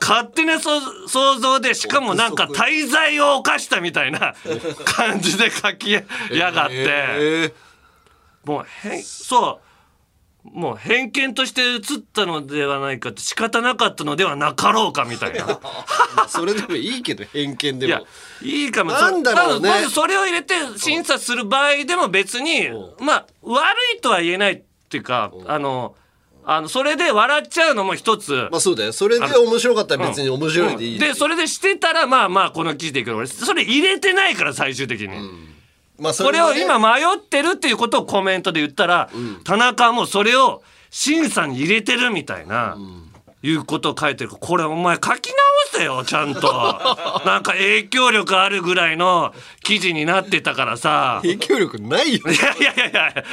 A: 勝手なそ想像でしかもなんか滞在を犯したみたい な感じで書きやがって、
B: えー
A: もうへんそうもう偏見として映ったのではないかって仕方なかったのではなかろうかみたい な。
B: まあそれでもいいけど偏見で
A: いや
B: も
A: いいかも
B: なんだろうね
A: まずまずそれを入れて審査する場合でも別にまあ悪いとは言えないっていうかあのあのそれで笑っちゃうのも一つ
B: まあそうだよそれで面白かったら別に面白いでいいし
A: でそれでしてたらまあまあこの記事でいくの俺それ入れてないから最終的に、
B: まあそ
A: これ
B: は
A: を
B: ね
A: 今迷ってるっていうことをコメントで言ったら、田中はもうそれを審査に入れてるみたいな、いうことを書いてるからこれお前書き直せよちゃ んとなんか影響力あるぐらいの記事になってたから さい
B: 影響力ないよ
A: やいやいやいや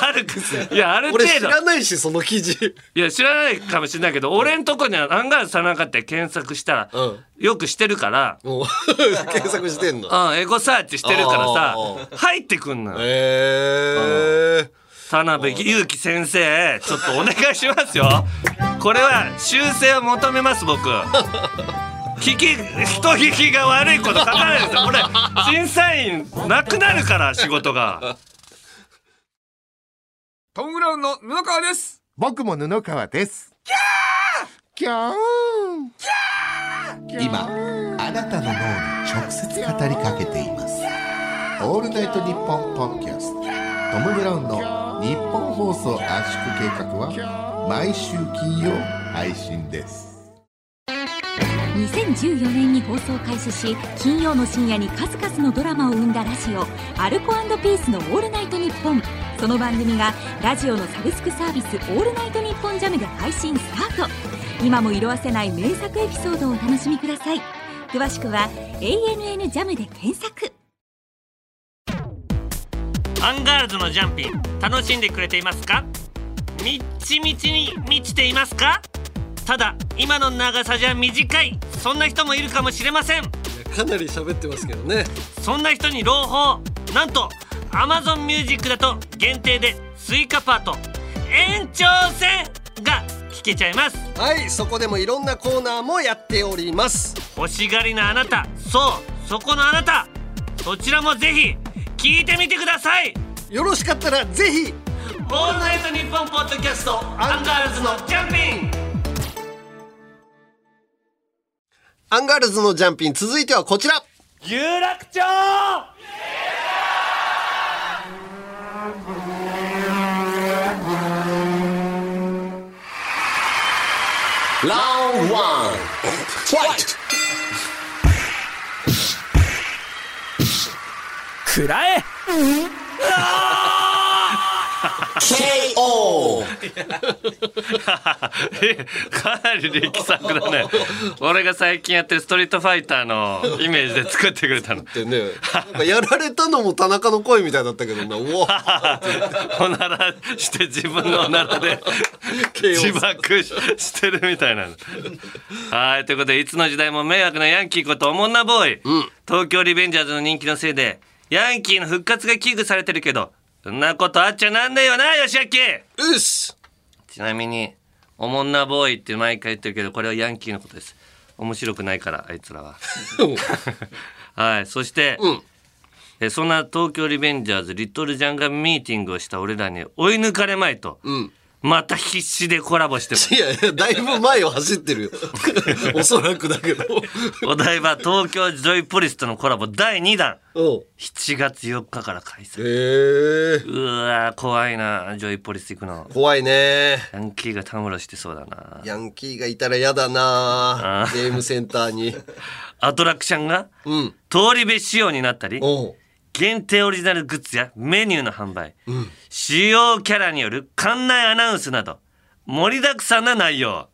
A: あるいやある程
B: 俺知
A: 度
B: らないしその記事
A: いや知らないかもしれないけど俺んとこには案外田中って検索したら、
B: うん
A: よくしてるから、
B: もう検索してんの
A: うん、エゴサーチしてるからさ
B: あー、
A: 入ってくんのよ。
B: えー
A: 田辺祐希先生、ちょっとお願いしますよ。 これは修正を求めます、僕。聞き、人聞きが悪いこと書かないですよ。これ、審査員なくなるから、仕事が。
I: トム・ブラウンの布川です
J: 僕も布川です。キャーキャー今、あなたの脳に直接語りかけています。オールナイトニッポンポッドキャスト。トム・ブラウンの日本放送圧縮計画は毎週金曜配信です。
K: 2014年に放送開始し金曜の深夜に数々のドラマを生んだラジオ「アルコピースのオールナイトニッポン」その番組がラジオのサブスクサービス「オールナイトニッポンジャムで配信スタート今も色あせない名作エピソードをお楽しみください詳しくは「ANN ジャムで検索
A: アンガールズのジャンピン、楽しんでくれていますかみっちみちに満ちていますかただ、今の長さじゃ短い、そんな人もいるかもしれません。
B: かなり喋ってますけどね
A: そんな人に朗報なんと Amazon ミュージックだと限定でスイカパート延長戦が聞けちゃいます
B: はいそこでもいろんなコーナーもやっております
A: 欲しがりなあなたそうそこのあなたそちらもぜひ聞いてみてください
B: よろしかったらぜひ
A: オールナイトニッポンポッドキャストアンガールズのジャンピン
B: アンガールズのジャンピン続いてはこちら
H: 有楽町
J: ラウンドワンファイト
H: くらえ
J: KO
A: え かなり力作だね俺が最近やってるストリートファイターのイメージで作ってくれたの
B: でねなんかやられたのも田中の声みたいだったけどなうわ
A: おならして自分のおならで自爆ししてるみたいなのはいということでいつの時代も迷惑なヤンキーことおもんなボーイ、東京リベンジャーズの人気のせいでヤンキーの復活が危惧されてるけどそんなことあっちゃなんだよなよしあき
B: うっす
A: ちなみにおもんなボーイって毎回言ってるけどこれはヤンキーのことです面白くないからあいつらははいそして、えそんな東京リベンジャーズリトルジャンガミーティングをした俺らに追い抜かれまいと、また必死でコラボして ます
B: いやいやだいぶ前を走ってるよおそらくだけど
A: お台場東京ジョイポリスとのコラボ第2弾
B: おう
A: 7月4日から開催
B: へえ
A: うわー怖いなジョイポリス行くの
B: 怖いね
A: ヤンキーがたむろしてそうだな
B: ヤンキーがいたら嫌だな
A: あー
B: ゲームセンターに
A: アトラクションが
B: うん
A: 通り部仕様になったり
B: おう
A: 限定オリジナルグッズやメニューの販売、
B: ん
A: 主要キャラによる館内アナウンスなど盛りだくさんな内容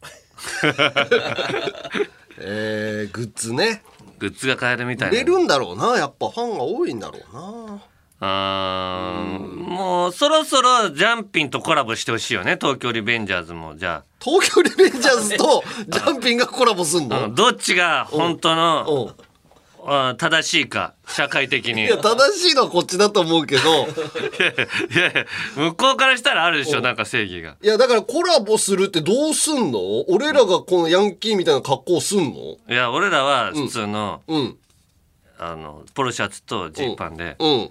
B: えー、グッズね
A: グッズが買えるみたい
B: 売
A: な
B: れるんだろうなやっぱファンが多いんだろうな
A: あーもうそろそろジャンピンとコラボしてほしいよね東京リベンジャーズもじゃ
B: 東京リベンジャー ズとジャンピンがコラボすん
A: あ、う
B: の
A: んどっちが本当の
B: おう
A: あ正しいか社会的に
B: い や正しいのはこっちだと思うけど
A: いやいやいや向こうからしたらあるでしょなんか正義が
B: いやだからコラボするってどうすんの俺らがこのヤンキーみたいな格好すんの
A: いや俺らは普通の,、
B: うん
A: あのポロシャツとジーパンで
B: うん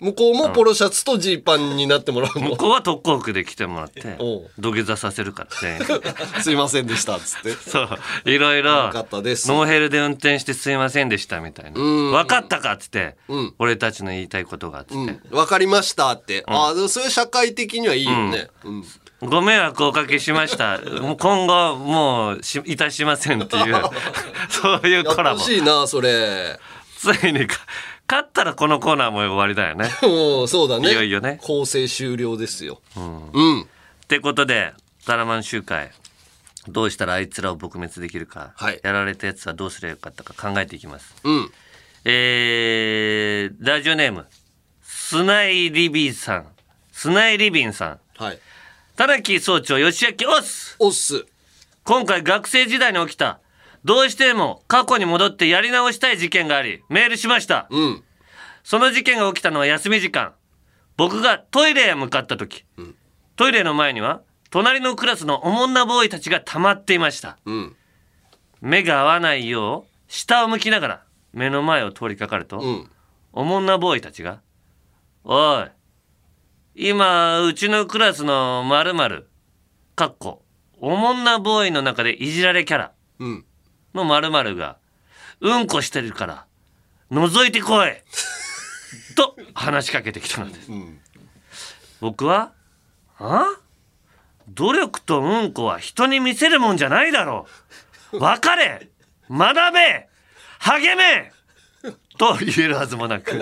B: 向こうもポロシャツとジーパンになってもらう
A: 向
B: の
A: こうは特攻服で来てもらって
B: おう
A: 土下座させるから全員
B: すいませんでしたっつって
A: そういろいろ
B: よかったです
A: ノーヘルで運転してすいませんでしたみたいな
B: うん
A: 分かったかっつって、
B: うん
A: 俺たちの言いたいことがっつって、
B: うんわかりましたって、ああでもそれ社会的にはいいよね、うん
A: ご迷惑をおかけしました。もう今後、もうし、いたしませんって いう、そういう
B: や
A: コラ
B: っ
A: ボ。
B: てほ
A: つ
B: しいなそれ
A: いにか、勝ったらこのコーナーも終わりだよね。
B: もうそうだね
A: いよいよね
B: 構成終了ですよ
A: うん。っ
B: うん
A: てことで、タラマン集会、どうしたらあいつらを撲滅できるか、
B: はい
A: やられたやつはどうすればよかったか考えていきます。
B: うん
A: えー、ラジオネーム、スナイリビンさん。スナイリビンさん。
B: はい
A: タナキー総長、吉明オス
B: おっす
A: 今回学生時代に起きたどうしても過去に戻ってやり直したい事件がありメールしました
B: うん
A: その事件が起きたのは休み時間僕がトイレへ向かった時、トイレの前には隣のクラスのおもんなボーイたちが溜まっていました
B: うん
A: 目が合わないよう下を向きながら目の前を通りかかると、
B: うん
A: おもんなボーイたちが「おい今うちのクラスのまるかっこおもんなボーイの中でいじられキャラ
B: うん
A: のまるがうんこしてるから覗いてこい」 と話しかけてきたのです
B: うん
A: 僕は「あ努力とうんこは人に見せるもんじゃないだろう分かれ学べ励め!」と言えるはずもなく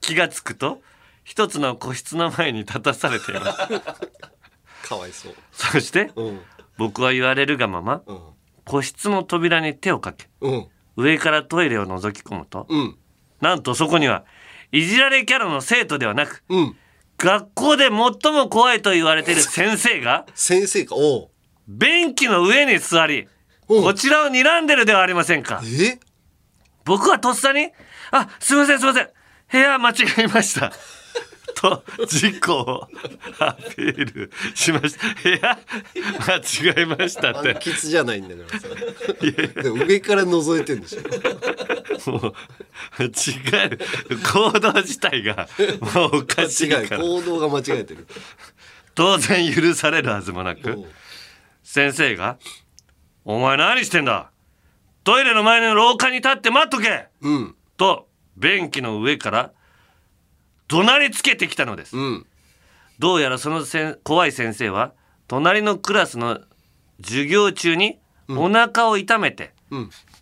A: 気がつくと一つの個室の前に立たされています
B: かわいそう
A: そして
B: うん
A: 僕は言われるがまま
B: うん
A: 個室の扉に手をかけ
B: うん
A: 上からトイレを覗き込むと
B: うん
A: なんとそこにはいじられキャラの生徒ではなく
B: うん
A: 学校で最も怖いと言われている先生が
B: 先生かおう
A: 便器の上に座り
B: うん
A: こちらを睨んでるではありませんか
B: え
A: 僕はとっさに「あすいませんすいません部屋間違えました」 と事故をアピールしました部屋間違えましたって
B: 満喫じゃ ないんだからさでも上から覗いてんでしょ
A: もう違う行動自体がもうおかしいから
B: 行動が間違えてる
A: 当然許されるはずもなく先生が「お前何してんだトイレの前の廊下に立って待っとけと便器の上から怒鳴りつけてきたのです、どうやらそのせん怖い先生は隣のクラスの授業中にお腹を痛めて、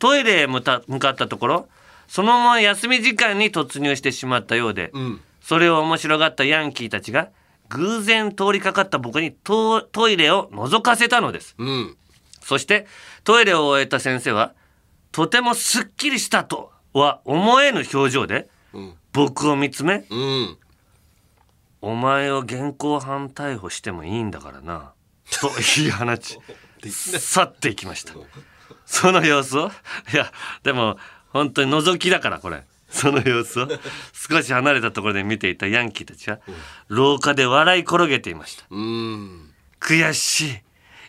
A: トイレへ向た向かったところそのまま休み時間に突入してしまったようで、それを面白がったヤンキーたちが偶然通りかかった僕にトトイレを覗かせたのです、そしてトイレを終えた先生はとてもすっきりしたとは思えぬ表情で僕を見つめ、お前を現行犯逮捕してもいいんだからな」と言い放ち去っていきましたその様子をいやでも本当に覗きだからこれその様子を少し離れたところで見ていたヤンキーたちは廊下で笑い転げていました悔し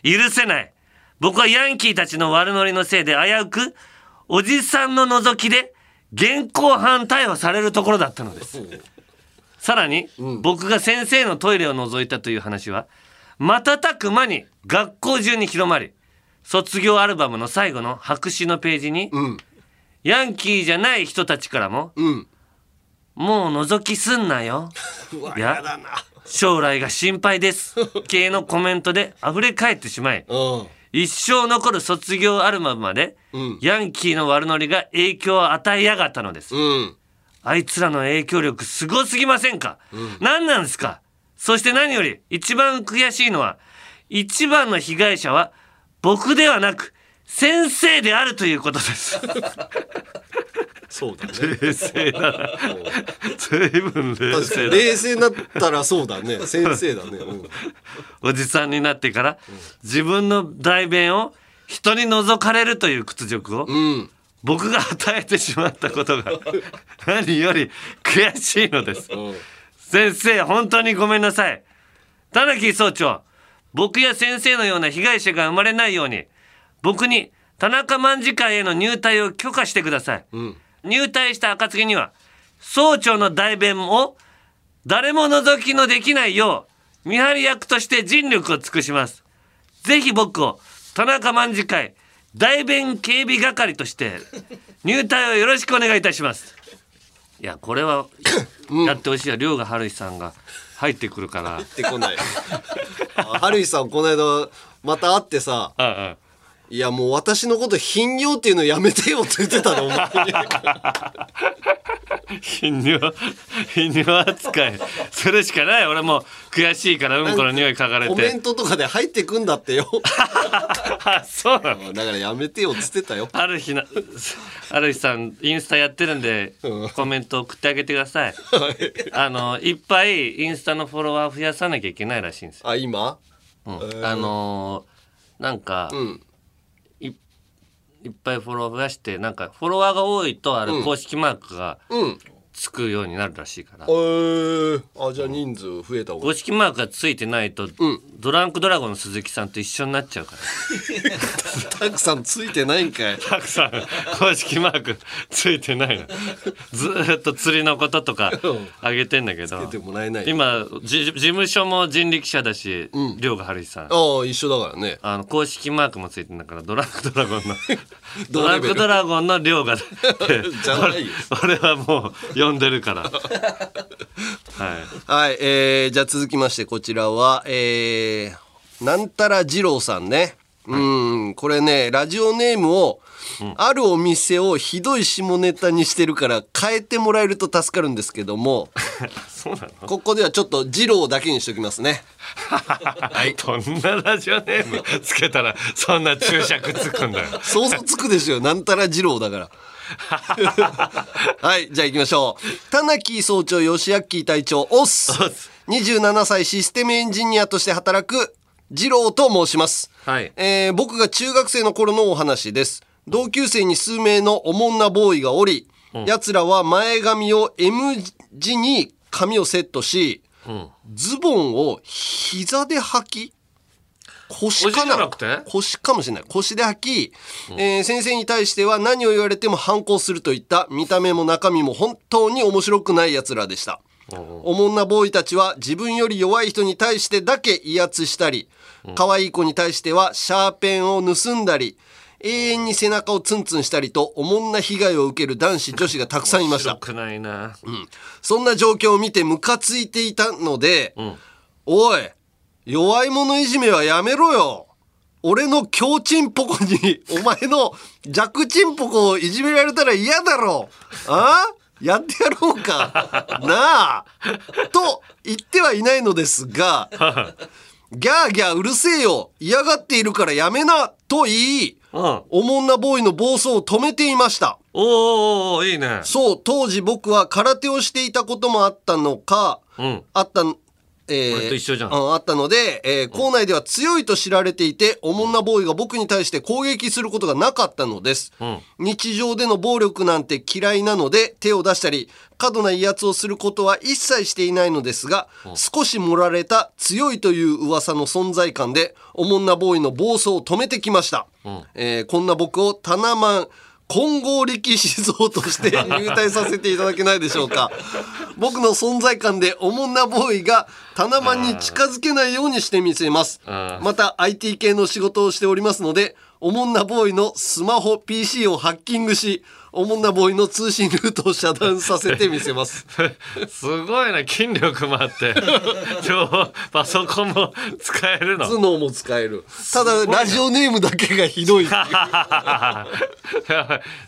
A: い許せない僕はヤンキーたちの悪ノリのせいで危うくおじさんの覗きで現行犯逮捕されるところだったのですさらに、僕が先生のトイレを覗いたという話は瞬く間に学校中に広まり卒業アルバムの最後の白紙のページに、ヤンキーじゃない人たちからも「もう覗きすんなよ」いや将来が心配です」系のコメントで溢れ返ってしまい、一生残る卒業アルバムまで、ヤンキーの悪ノリが影響を与えやがったのです。あいつらの影響力すごすぎませんか、何なんですかそして何より一番悔しいのは一番の被害者は僕ではなく先生であるということです。
B: そうだね
A: 冷静だ な。随分冷
B: 確か
A: 静
B: に
A: だ。
B: 冷静になったらそうだね先生だね、うん
A: おじさんになってから自分の代弁を人に覗かれるという屈辱を僕が与えてしまったことが何より悔しいのです。先生本当にごめんなさい。田中総長僕や先生のような被害者が生まれないように僕に田中卍会への入隊を許可してください、入隊した暁には総長の代弁を誰も覗きのできないよう見張り役として尽力を尽くしますぜひ僕を田中卍会代弁警備係として入隊をよろしくお願いいたしますいやこれはやってほしいよ龍河春日さんが入ってくるから
B: ってこ ない。あ春井さん、この間、また会ってさ、
A: あ
B: いや、もう私のこと頻尿っていうのやめてよって言ってたの、お前
A: あ頻尿頻尿扱いそれしかない俺もう悔しいからうんこの匂い嗅がれ
B: コメン
A: て
B: トとかで入ってくんだってよ。
A: あそうなの
B: だからやめてよって言って たよ。
A: ある日なある日さんインスタやってるんでコメント送ってあげてくださいあのいっぱいインスタのフォロワー増やさなきゃいけないらしいんですよ、
B: あ、今
A: うんあのーなんか、
B: ん
A: いいっぱいフォロワー増やしてなんかフォロワーが多いとあれ公式マークが
B: うん。
A: つくようになるらしいから
B: え、ー、あ、じゃあ人数増えた方
A: 公
B: が。
A: 式マークがついてないと、ドランクドラゴンの鈴木さんと一緒になっちゃうから
B: たくさんついてない んかい。
A: たくさん公式マークついてないのずーっと釣りのこととかあげてんだけど
B: つけてもらえない
A: 今じ事務所も人力車だし遼河春日さん
B: ああ、一緒だからね。
A: あの公式マークもついてんだからドランクドラゴンのド
B: 同
A: ラ
B: レ
A: ン
B: ベ
A: ク
B: ル
A: ドラゴンの遼河
B: じゃないよ
A: 俺俺はもう呼んでるからはい
B: はい、えー、じゃあ続きましてこちらは、えー、なんたら二郎さんね。うん、これね、ラジオネームを、あるお店をひどい下ネタにしてるから変えてもらえると助かるんですけども、
A: そうなの
B: ここではちょっと二郎だけにしときますね。
A: はい、どんなラジオネームつけたらそんな注釈つくんだよ。
B: 想像つくでしょ、なんたら二郎だから。はい、じゃあ行きましょう。田中総長、吉明隊長、オス。27歳システムエンジニアとして働く、二郎と申します。
A: はい
B: えー僕が中学生の頃のお話です。同級生に数名のおもんなボーイがおり、奴らは前髪を M 字に髪をセットし、ズボンを膝で履き、腰かな腰かもしれない。腰で履き、えー先生に対しては何を言われても反抗するといった見た目も中身も本当に面白くない奴らでした。おもんなボーイたちは自分より弱い人に対してだけ威圧したり、可愛い子に対してはシャーペンを盗んだり、永遠に背中をツンツンしたりと、おもんな被害を受ける男子女子がたくさんいました。
A: くないな。
B: うんそんな状況を見てムカついていたので、おい、弱い者いじめはやめろよ。俺の強チンポコに、 お前の弱チンポコをいじめられたら嫌だろ。あやってやろうか。なあ。と言ってはいないのですが、ギャーギャーうるせえよ嫌がっているからやめなと言い、おもんなボーイの暴走を止めていました。
A: おおいいね。
B: そう、当時僕は空手をしていたこともあったのか、あったん、えー
A: 俺と一緒じゃん
B: うんあったので、えー校内では強いと知られていて、おもんなボーイが僕に対して攻撃することがなかったのです。日常での暴力なんて嫌いなので、手を出したり、過度な威圧をすることは一切していないのですが、少し盛られた強いという噂の存在感で、おもんなボーイの暴走を止めてきました。えーこんな僕をタナマン混合力士像として 入隊させていただけないでしょうか僕の存在感でおもんなボーイがタナマンに近づけないようにしてみせますまた IT 系の仕事をしておりますのでおもんなボーイのスマホ PC をハッキングしおもんなボーイの通信ルートを遮断させてみせます
A: すごいな筋力もあって、情報パソコンも使えるの。
B: 頭脳も使えるただラジオネームだけがひどい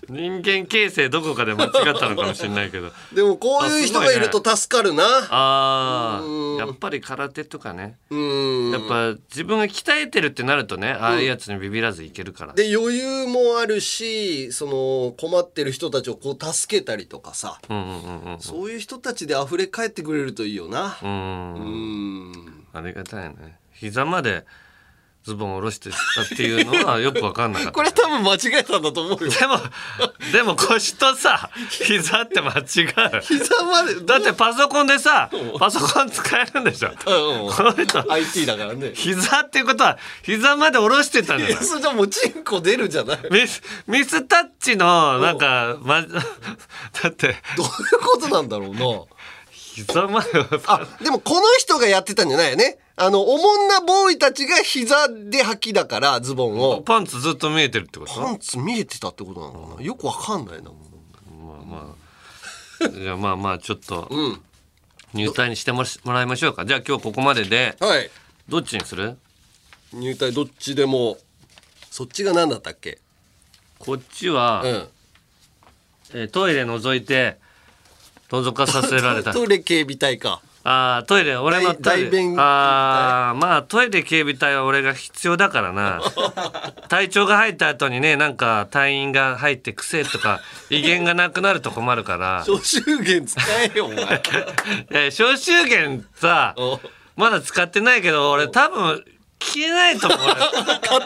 A: 人間形成どこかで間違ったのかもしれないけど。
B: でもこういう人がいると助かるな
A: あーやっぱり空手とかねやっぱ自分が鍛えてるってなるとねああいうやつにビビらずいけるから、
B: で余裕もあるしその困ってる人たちをこう助けたりとかさ、
A: うんうんうんうん
B: そういう人たちで溢れ返ってくれるといいよな
A: うーんありがたいね膝までズボンを下ろしてたっていうのはよくわかんなかった
B: これ多分間違えたんだと 思うよ
A: でもでも腰とさ膝って間違う
B: 膝まで
A: だってパソコンでさパソコン使えるんでしょこの人
B: IT だからね
A: 膝っていうことは膝まで下ろしてたんじゃない
B: それじゃもうチンコ出るじゃない どういう
A: ミスミスタッチのなんか、ま、 だって
B: ことなんだろうな
A: 膝まで
B: あでもこの人がやってたんじゃないよねあのおもんなボーイたちが膝で履きだからズボンを
A: パンツずっと見えてるってこと
B: パンツ見えてたってことなのかなよくわかんないな
A: まあまあじゃあまあまあちょっと
B: うん
A: 入隊にしてもらしもらいましょうかじゃあ今日ここまでで
B: はい
A: どっちにする
B: 入隊どっちでもそっちが何だったっけ
A: こっちは、
B: うん
A: えートイレ覗いて覗かさせられた
B: トイレ警備隊か
A: あートイレ俺のトイ
B: 大大便
A: レあーまあトイレ警備隊は俺が必要だから な隊長が入った後にねなんか隊員が入ってくせとか威厳がなくなると困るから
B: 招集源使え よお前
A: えー招集券さ
B: お
A: まだ使ってないけど俺多分消えないと思う よ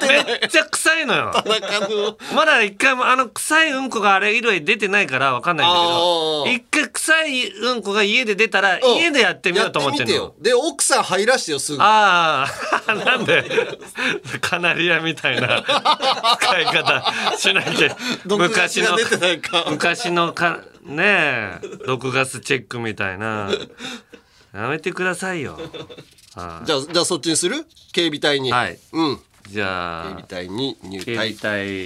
A: めっちゃ臭いのよ
B: 中野
A: まだ一回もあの臭いうんこがあれ以来出てないからわかんないんだけ
B: あ
A: ど
B: ー
A: 一回臭いうんこが家で出たら
B: うん
A: 家でやってみようと思って
B: や
A: ん
B: み
A: の
B: よで奥さん入らしてよすぐ
A: ああ なんでカナリアみたいな 使い方しないで
B: 毒ガス
A: 昔の
B: が出てないか
A: 昔のかねえ毒ガスチェックみたいなやめてくださいよあ
B: じゃあじゃあそっちにする警備隊に
A: ーはい
B: うん警
A: じゃあ
B: 備隊に入
A: 警備
B: 隊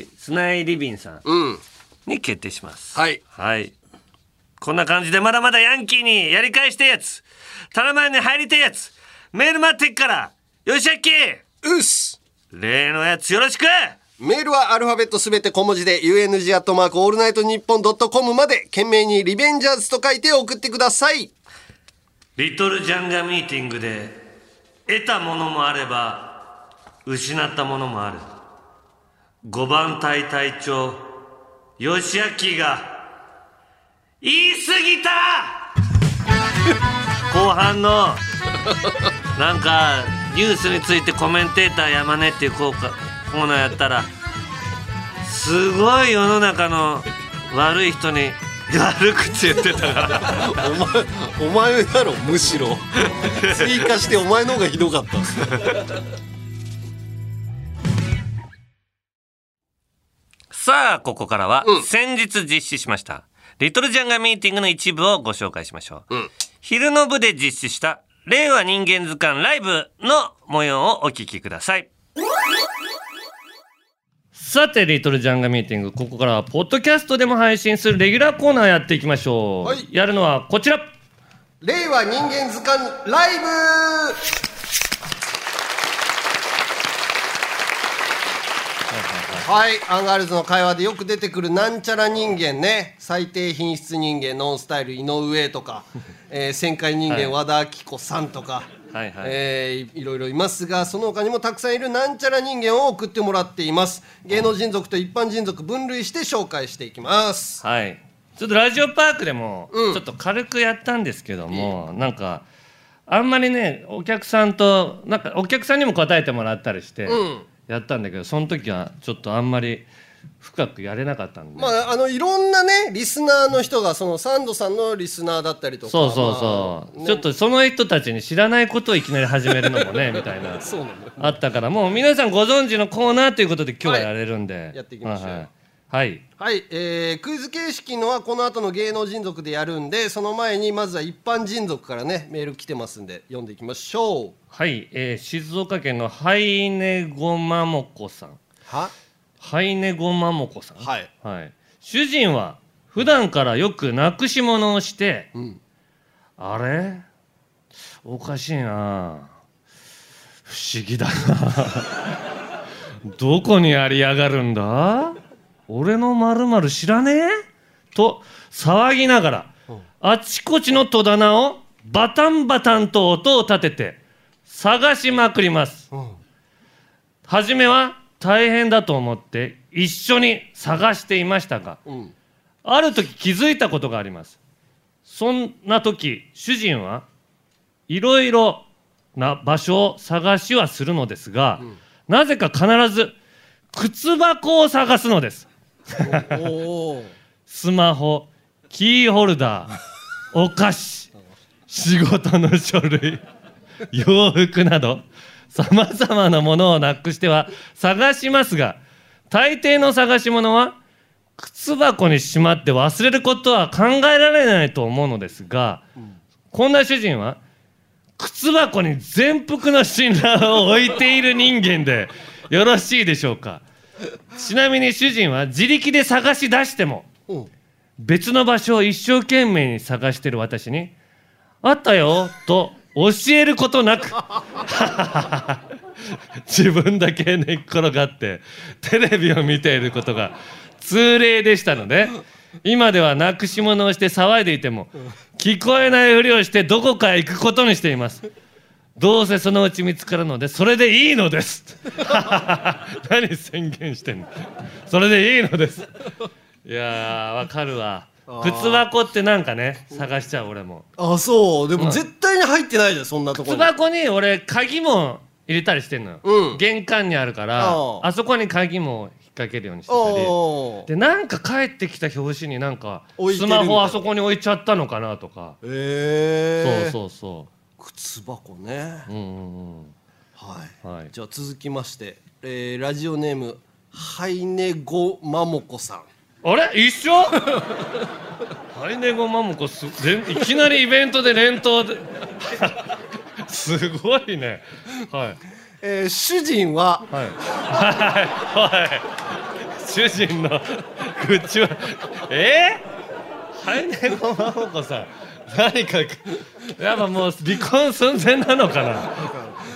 A: 隊スナイリビンさん
B: うん
A: に決定します
B: はい
A: はい。こんな感じでまだまだヤンキーにやり返してえやつ、タラマンに入りてえやつ、メール待ってっから、よしやっき
B: うっす
A: 例のやつよろしく
B: メールはアルファベットすべて小文字で UNG アットマークオールナイトニッポンドットコムまで懸命にリベンジャーズと書いて送ってください
A: リトルジャンガミーティングで、得たものもあれば、失ったものもある。5番隊隊長、よしやっきが、言い過ぎた 後半の、なんかニュースについてコメンテーター山根っていうコーカコーナーやったらすごい世の中の悪い人に悪口言ってたから
B: お前お前だろむしろ 追加してお前の方がひどかった
A: さあここからは先日実施しました、リトルジャンガミーティングの一部をご紹介しましょう、昼の部で実施した令和人間図鑑ライブの模様をお聞きくださいさてリトルジャンガミーティングここからはポッドキャストでも配信するレギュラーコーナーやっていきましょう、やるのはこちら
B: 令和人間図鑑ライブはいアンガールズの会話でよく出てくるなんちゃら人間ね最低品質人間ノンスタイル井上 とか、えー旋回人
A: はい
B: 間和田アキ子さんとか、
A: はいはい、
B: えーいいろいろいますがその他にもたくさんいるなんちゃら人間を送ってもらっています芸能人族と一般人族分類して紹介していきます
A: はいちょっとラジオパークでもちょっと軽くやったんですけども、なんかあんまりねお客さんとなんかお客さんにも答えてもらったりして
B: うん
A: やったんだけど、その時はちょっとあんまり深くやれなかったんで、
B: まあ、あのいろんなねリスナーの人がそのサンドさんのリスナーだったりとか
A: そうそうそう、ちょっとその人たちに知らないことをいきなり始めるのも ねみたいな
B: そうなんだよ
A: あったからもう皆さんご存知のコーナーということで今日はやれるんで、
B: やっていきましょう
A: はいはい、はい
B: はい、えークイズ形式のはこの後の芸能人族でやるんでその前にまずは一般人族からねメール来てますんで読んでいきましょう
A: はい、えー静岡県のハイネゴマモコさん。
B: は？
A: ハイネゴマモコさん。
B: はい。
A: 主人は普段からよくなくし物をして、あれ、おかしいな。不思議だな。 どこにありやがるんだ？俺のまるまる知らねえ？と騒ぎながら。あちこちの戸棚をバタンバタンと音を立てて探しまくります、初めは大変だと思って一緒に探していましたが、ある時気づいたことがありますそんな時主人はいろいろな場所を探しはするのですが、なぜか必ず靴箱を探すのですスマホキーホルダーお菓子仕事の書類洋服などさまざまなものをなくしては探しますが大抵の探し物は靴箱にしまって忘れることは考えられないと思うのですが、こんな主人は靴箱に全幅の信頼を置いている人間でよろしいでしょうかちなみに主人は自力で探し出しても別の場所を一生懸命に探してる私に「あったよ」と教えることなく 自分だけ寝っ転がってテレビを見ていることが通例でしたので今ではなくし物をして騒いでいても聞こえないふりをしてどこかへ行くことにしていますどうせそのうち見つかるのでそれでいいのです 何宣言してんのそれでいいのですいやーわかるわ
B: あー
A: 靴箱ってなんかね探しちゃう俺も
B: あそうで
A: う
B: も
A: ん
B: 絶対に入ってないじゃんそんなとこ
A: 靴
B: ろ
A: 箱に俺鍵も入れたりしてんのよ、玄関にあるから
B: あ
A: あそこに鍵も引っ掛けるようにしてたり
B: おー
A: でなんか帰ってきた表紙になんか
B: 置いて
A: ス
B: るみたい
A: マホあそこに置いちゃったのかなとか
B: えー、
A: そうそう
B: 靴箱ね
A: うんうんうん
B: はい、
A: はい、
B: じゃあ続きまして、えーラジオネームハイネゴマモコさん
A: あれ一緒 ハイネゴマモコす連いきなりイベントで連投で すごいねはい
B: えー主人は、
A: はいはい主人の口はえー、ハイネゴマモコさん何かやっぱもう離婚寸前なのかな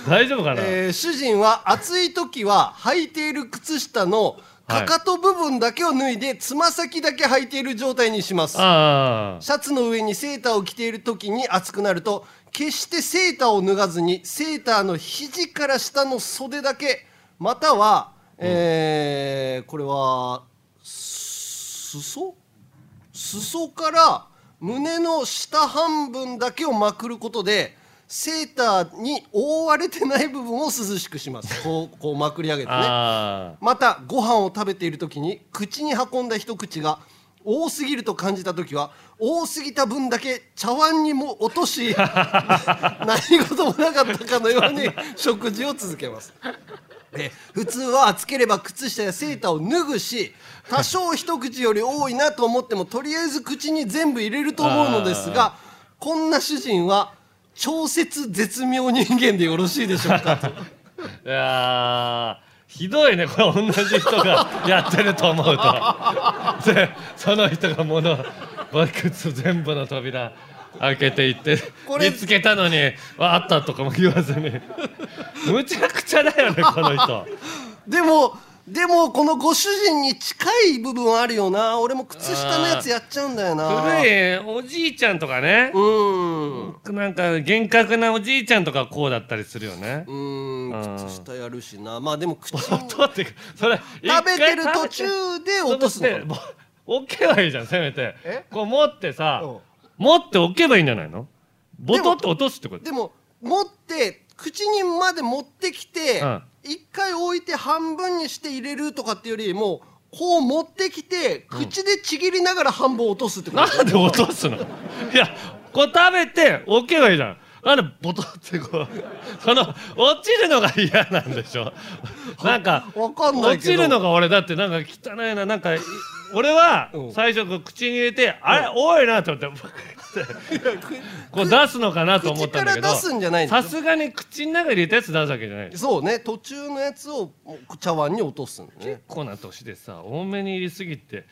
A: 大丈夫かな、
B: えー主人は暑い時は履いている靴下のかかと部分だけを脱いでつま先だけ履いている状態にしますシ
A: ああ
B: ャツの上にセーターを着ている時に暑くなると決してセーターを脱がずにセーターの肘から下の袖だけまたは、えーこれは裾裾から胸の下半分だけをまくることでセーターに覆われてない部分を涼しくしますこうこうまくり上げてね
H: あ
B: またご飯を食べている時に口に運んだ一口が多すぎると感じた時は多すぎた分だけ茶碗にも落と し何事もなかったかのよう に食事を続けます。え普通はつければ靴下やセーターを脱ぐし多少一口より多いなと思ってもとりあえず口に全部入れると思うのですがこんな主人は調節絶妙人間でよろしいでしょうかと
H: いやーひどいねこれ同じ人がやってると思うと でその人がものバケツ全部の扉開けていって
B: これ
H: 見つけたのにわあったとかも言わずにむちゃくちゃだよねこの人
B: でもでもこのご主人に近い部分はあるよな俺も靴下のやつやっちゃうんだよな
H: 古いおじいちゃんとかね
B: う
H: なんか厳格なおじいちゃんとかこうだったりするよね
B: うん靴下やるしなま あでも口に
H: それ
B: 食べてる
H: 一回食
B: 途
H: べ
B: 中で落とすのかな
H: 置けばいいじゃんせめてこう持ってさ持って置けばいいんじゃないのボトッと落とすってこと
B: でも持って口にまで持ってきて
H: うん
B: 一、回置いて半分にして入れるとかっていうよりもこう持ってきて口でちぎりながら半分落とすってこと
H: なんで落とすのいやこう食べて置けばいいじゃんなんでボトってこうその落ちるのが嫌なんでしょなんか
B: わかんない
H: 落
B: けど
H: ちるのが俺だってなんか汚いななんかい俺は最初こう口に入れて、あれ多いなと思ってバカってこう出すのかなと思ったんだけど
B: 口から出すんじゃないんです
H: さすがに口の中に入れたやつ出すわけじゃない
B: そうね途中のやつを茶碗に落とすんだね
H: 結構な年でさ多めに入れすぎて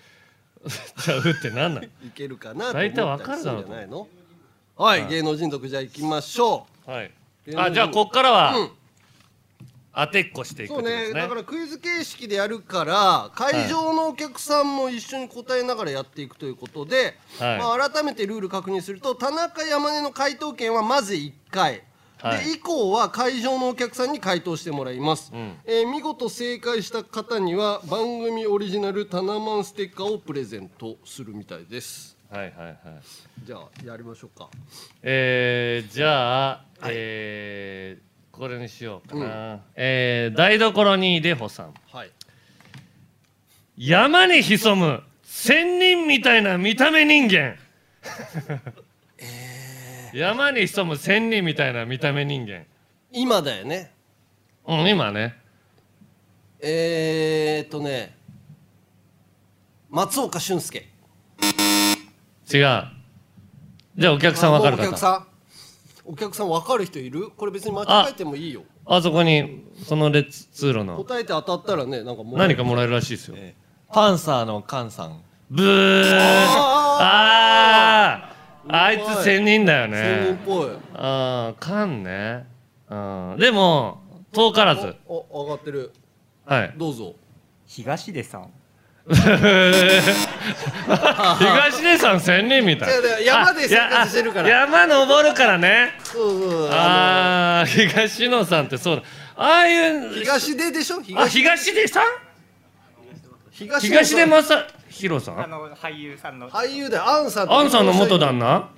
H: ちゃうってなんなん
B: いけるかなと思
H: 大
B: った
H: 体わ
B: り
H: かる
B: す
H: だ
B: るん
H: ろう
B: じ
H: と
B: ゃ
H: 思う
B: ないのはい、
H: はい
B: 芸能人徳じゃあ行きましょう
H: はい
B: 芸能人
H: あじゃあこっからは、
B: うん
H: 当てっこしていくっ
B: そう
H: てことで
B: ね
H: すね
B: だからクイズ形式でやるから会場のお客さんも一緒に答えながらやっていくということで、
H: はい
B: まあ、改めてルール確認すると田中山根の回答権はまず1回、
H: はい
B: で以降は会場のお客さんに回答してもらいます、えー見事正解した方には番組オリジナルタナマンステッカーをプレゼントするみたいです
H: はいはいはい
B: じゃあやりましょうか
H: えー、じゃあ、えーこれにしようかな、えー台所にレホさん
B: はい
H: 山に潜む仙人みたいな見た目人 間山に潜む仙人みたいな見た目人間
B: 今だよね
H: うん今ね
B: えー、っとね松岡俊介
H: 違うじゃあお客さんわかる
B: あもうお客
H: 方
B: さんお客さん分かる人いるこれ別に間違えてもいいよ
H: あそこにその列通路の
B: 答えて当たったらねなんかもう
H: 何かもらえるらしいですよ、
L: パンサーのカンさん
H: ブーあーあいつ仙人だよね
B: 仙人っぽい
H: ああかんねうんでも遠からず
B: お上がってる
H: はい
B: どうぞ
L: 東出さん
H: 東出さん仙人みた
B: 違う違う
H: い
B: 山で生活してるから
H: あいやあ山登るからね
B: そうそう
H: ああ東野さんってそうだああいう
B: 東出でしょ
H: あ東出さん
B: 東
H: 東
B: 出
H: 出正宏さん
M: の俳優さんの
B: 俳優だよアンさんと
H: アンさんの元旦那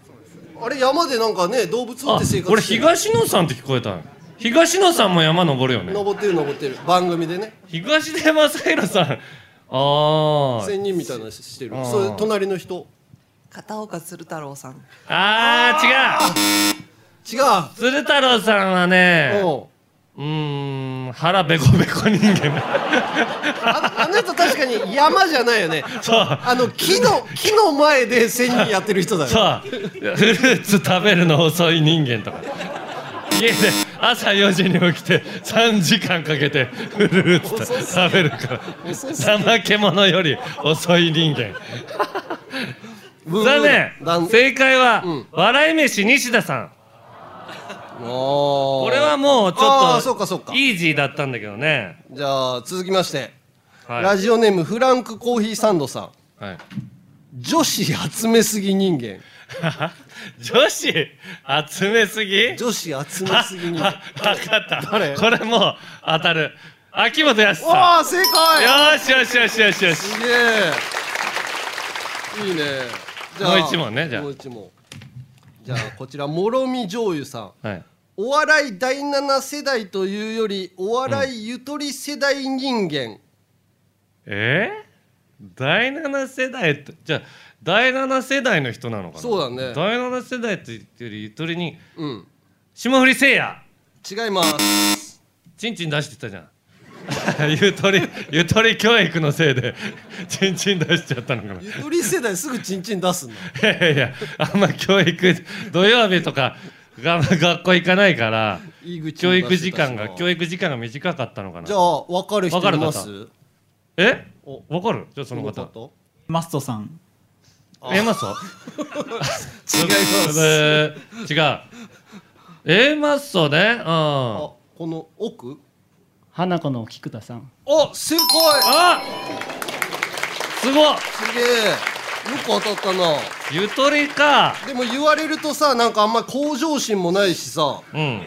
B: あれ山でなんかね動物追っ
H: あ
B: て生活してる
H: 俺東野さんって聞こえた東野さんも山登るよね
B: 登ってる登ってる番組でね
H: 東出正宏さんああ
B: 仙人みたいなのしてる
H: あー
B: それ隣の人
N: 片岡鶴太郎さん
H: あー
B: 違う違う
H: 鶴太郎さんはねうーん腹ベコベコ人間
B: あの人確かに山じゃないよね
H: そう
B: あの木の 木の前で仙人やってる人だよ
H: そうフルーツ食べるの遅い人間とか家で朝4時に起きて3時間かけてフルーツ食べるから
B: 遅すぎる
H: 怠け者より遅い人間残念正解は、笑い飯西田さん
B: こ
H: れはもうち
B: あーそ
H: ょ
B: うかそう
H: っとイージーだったんだけどね
B: じゃあ続きまして、
H: はい
B: ラジオネームフランクコーヒーサンドさ
H: ん、はい
B: 女子集めすぎ人間
H: 女子集めすぎ
B: 女子集めす ぎに
H: 分かった
B: 誰
H: これもう当たる秋元康
B: おー
H: さん
B: 正解
H: よーしよしよしよしよし
B: すげえいいねじゃあ
H: もう一問ねじゃあ
B: もう一問じゃあこちらもろみ醤油さん
H: はい
B: お笑い第7世代というよりお笑いゆとり世代人間、
H: えー、第7世代ってじゃあ第7世代の人なのかな
B: そうだね
H: 第7世代って言ってよりゆとりに
B: うん、
H: 霜降りせいや
B: 違います
H: ちんちん出してたじゃん ゆとりゆとり教育のせいでちんちん出しちゃったのかな
B: ゆとり世代すぐチンチン出すんだ
H: いやいやあんま教育土曜日とかが学校行かないから
B: 井口
H: 教
B: も出してたしな
H: 育時間が教育時間が短かったのかな
B: じゃあ分かる人
H: わかる
B: い
H: 方
B: ます
H: えわかるじゃあその
B: この
H: 方
B: 方
L: マストさん。
H: A マスト
B: 違います
H: えー違う A マストねうん
B: この奥
M: 花子の菊田さん。
B: あ正解
H: あすごい
B: すげえよく当たったな
H: ゆとりか
B: でも言われるとさなんかあんま向上心もないしさ
H: うん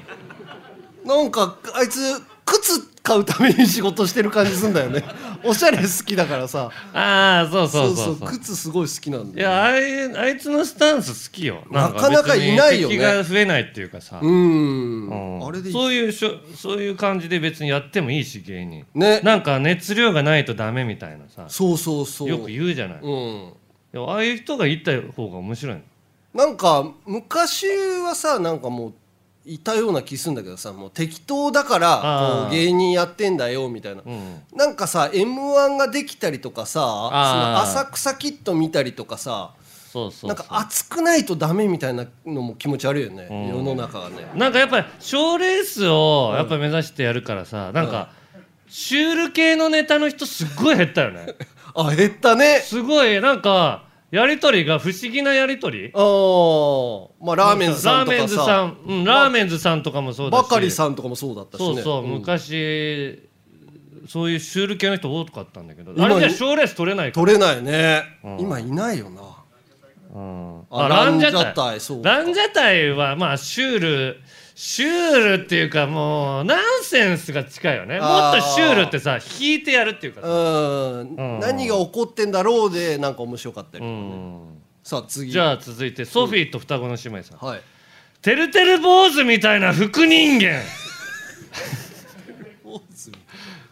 B: なんかあいつ靴買うために仕事してる感じすんだよねおしゃれ好きだからさ
H: ああそうそうそうそう
B: 靴すごい好きなん
H: い
B: だよ
H: やあいあいつのスタンス好きよ
B: なかなかいないよね
H: 別に敵が増えないっていうかさ
B: うんあれでいい
H: そういうしょそういう感じで別にやってもいいし芸人
B: ね
H: なんか熱量がないとダメみたいなさ
B: そうそうそう
H: よく言うじゃない、
B: うん
H: でもああいう人がいた方が面白いの
B: なんか昔はさなんかもういたような気するんだけどさもう適当だから
H: あー
B: こう芸人やってんだよみたいな、なんかさ m 1ができたりとかさ
H: あー
B: その浅草キッド見たりとかさ
H: そうそう
B: なんか熱くないとダメみたいなのも気持ち悪いよね、世の中はね
H: なんかやっぱり賞レースをやっぱ目指してやるからさ、なんかシュール系のネタの人すっごい減った よね
B: あ減ったね
H: すごいなんかやりとりが不思議なやりとり
B: あーまあラーメンズさんと
H: ラーメ
B: か
H: ンズ
B: さ
H: さん、うん、ラーメンズさんとかもそうだし
B: バカリさんとかもそうだったしね
H: そうそう、
B: ん
H: 昔そういうシュール系の人多かったんだけど
B: 今
H: あれじゃ賞レース取れないから
B: 取れないね、
H: うん
B: 今いないよな
H: うん
B: あランジャタイそう
H: ランジャタイはまあシュールシュールっていうかもうナンセンスが近いよねもっ
B: あー
H: とシュールってさ引いてやるっていうかさ
B: うん、何が起こってんだろうでなんか面白かったりとかね、さあ次
H: じゃあ続いてソフィーと双子の姉妹さん、
B: はい
H: てるてる坊主みたいな服 人間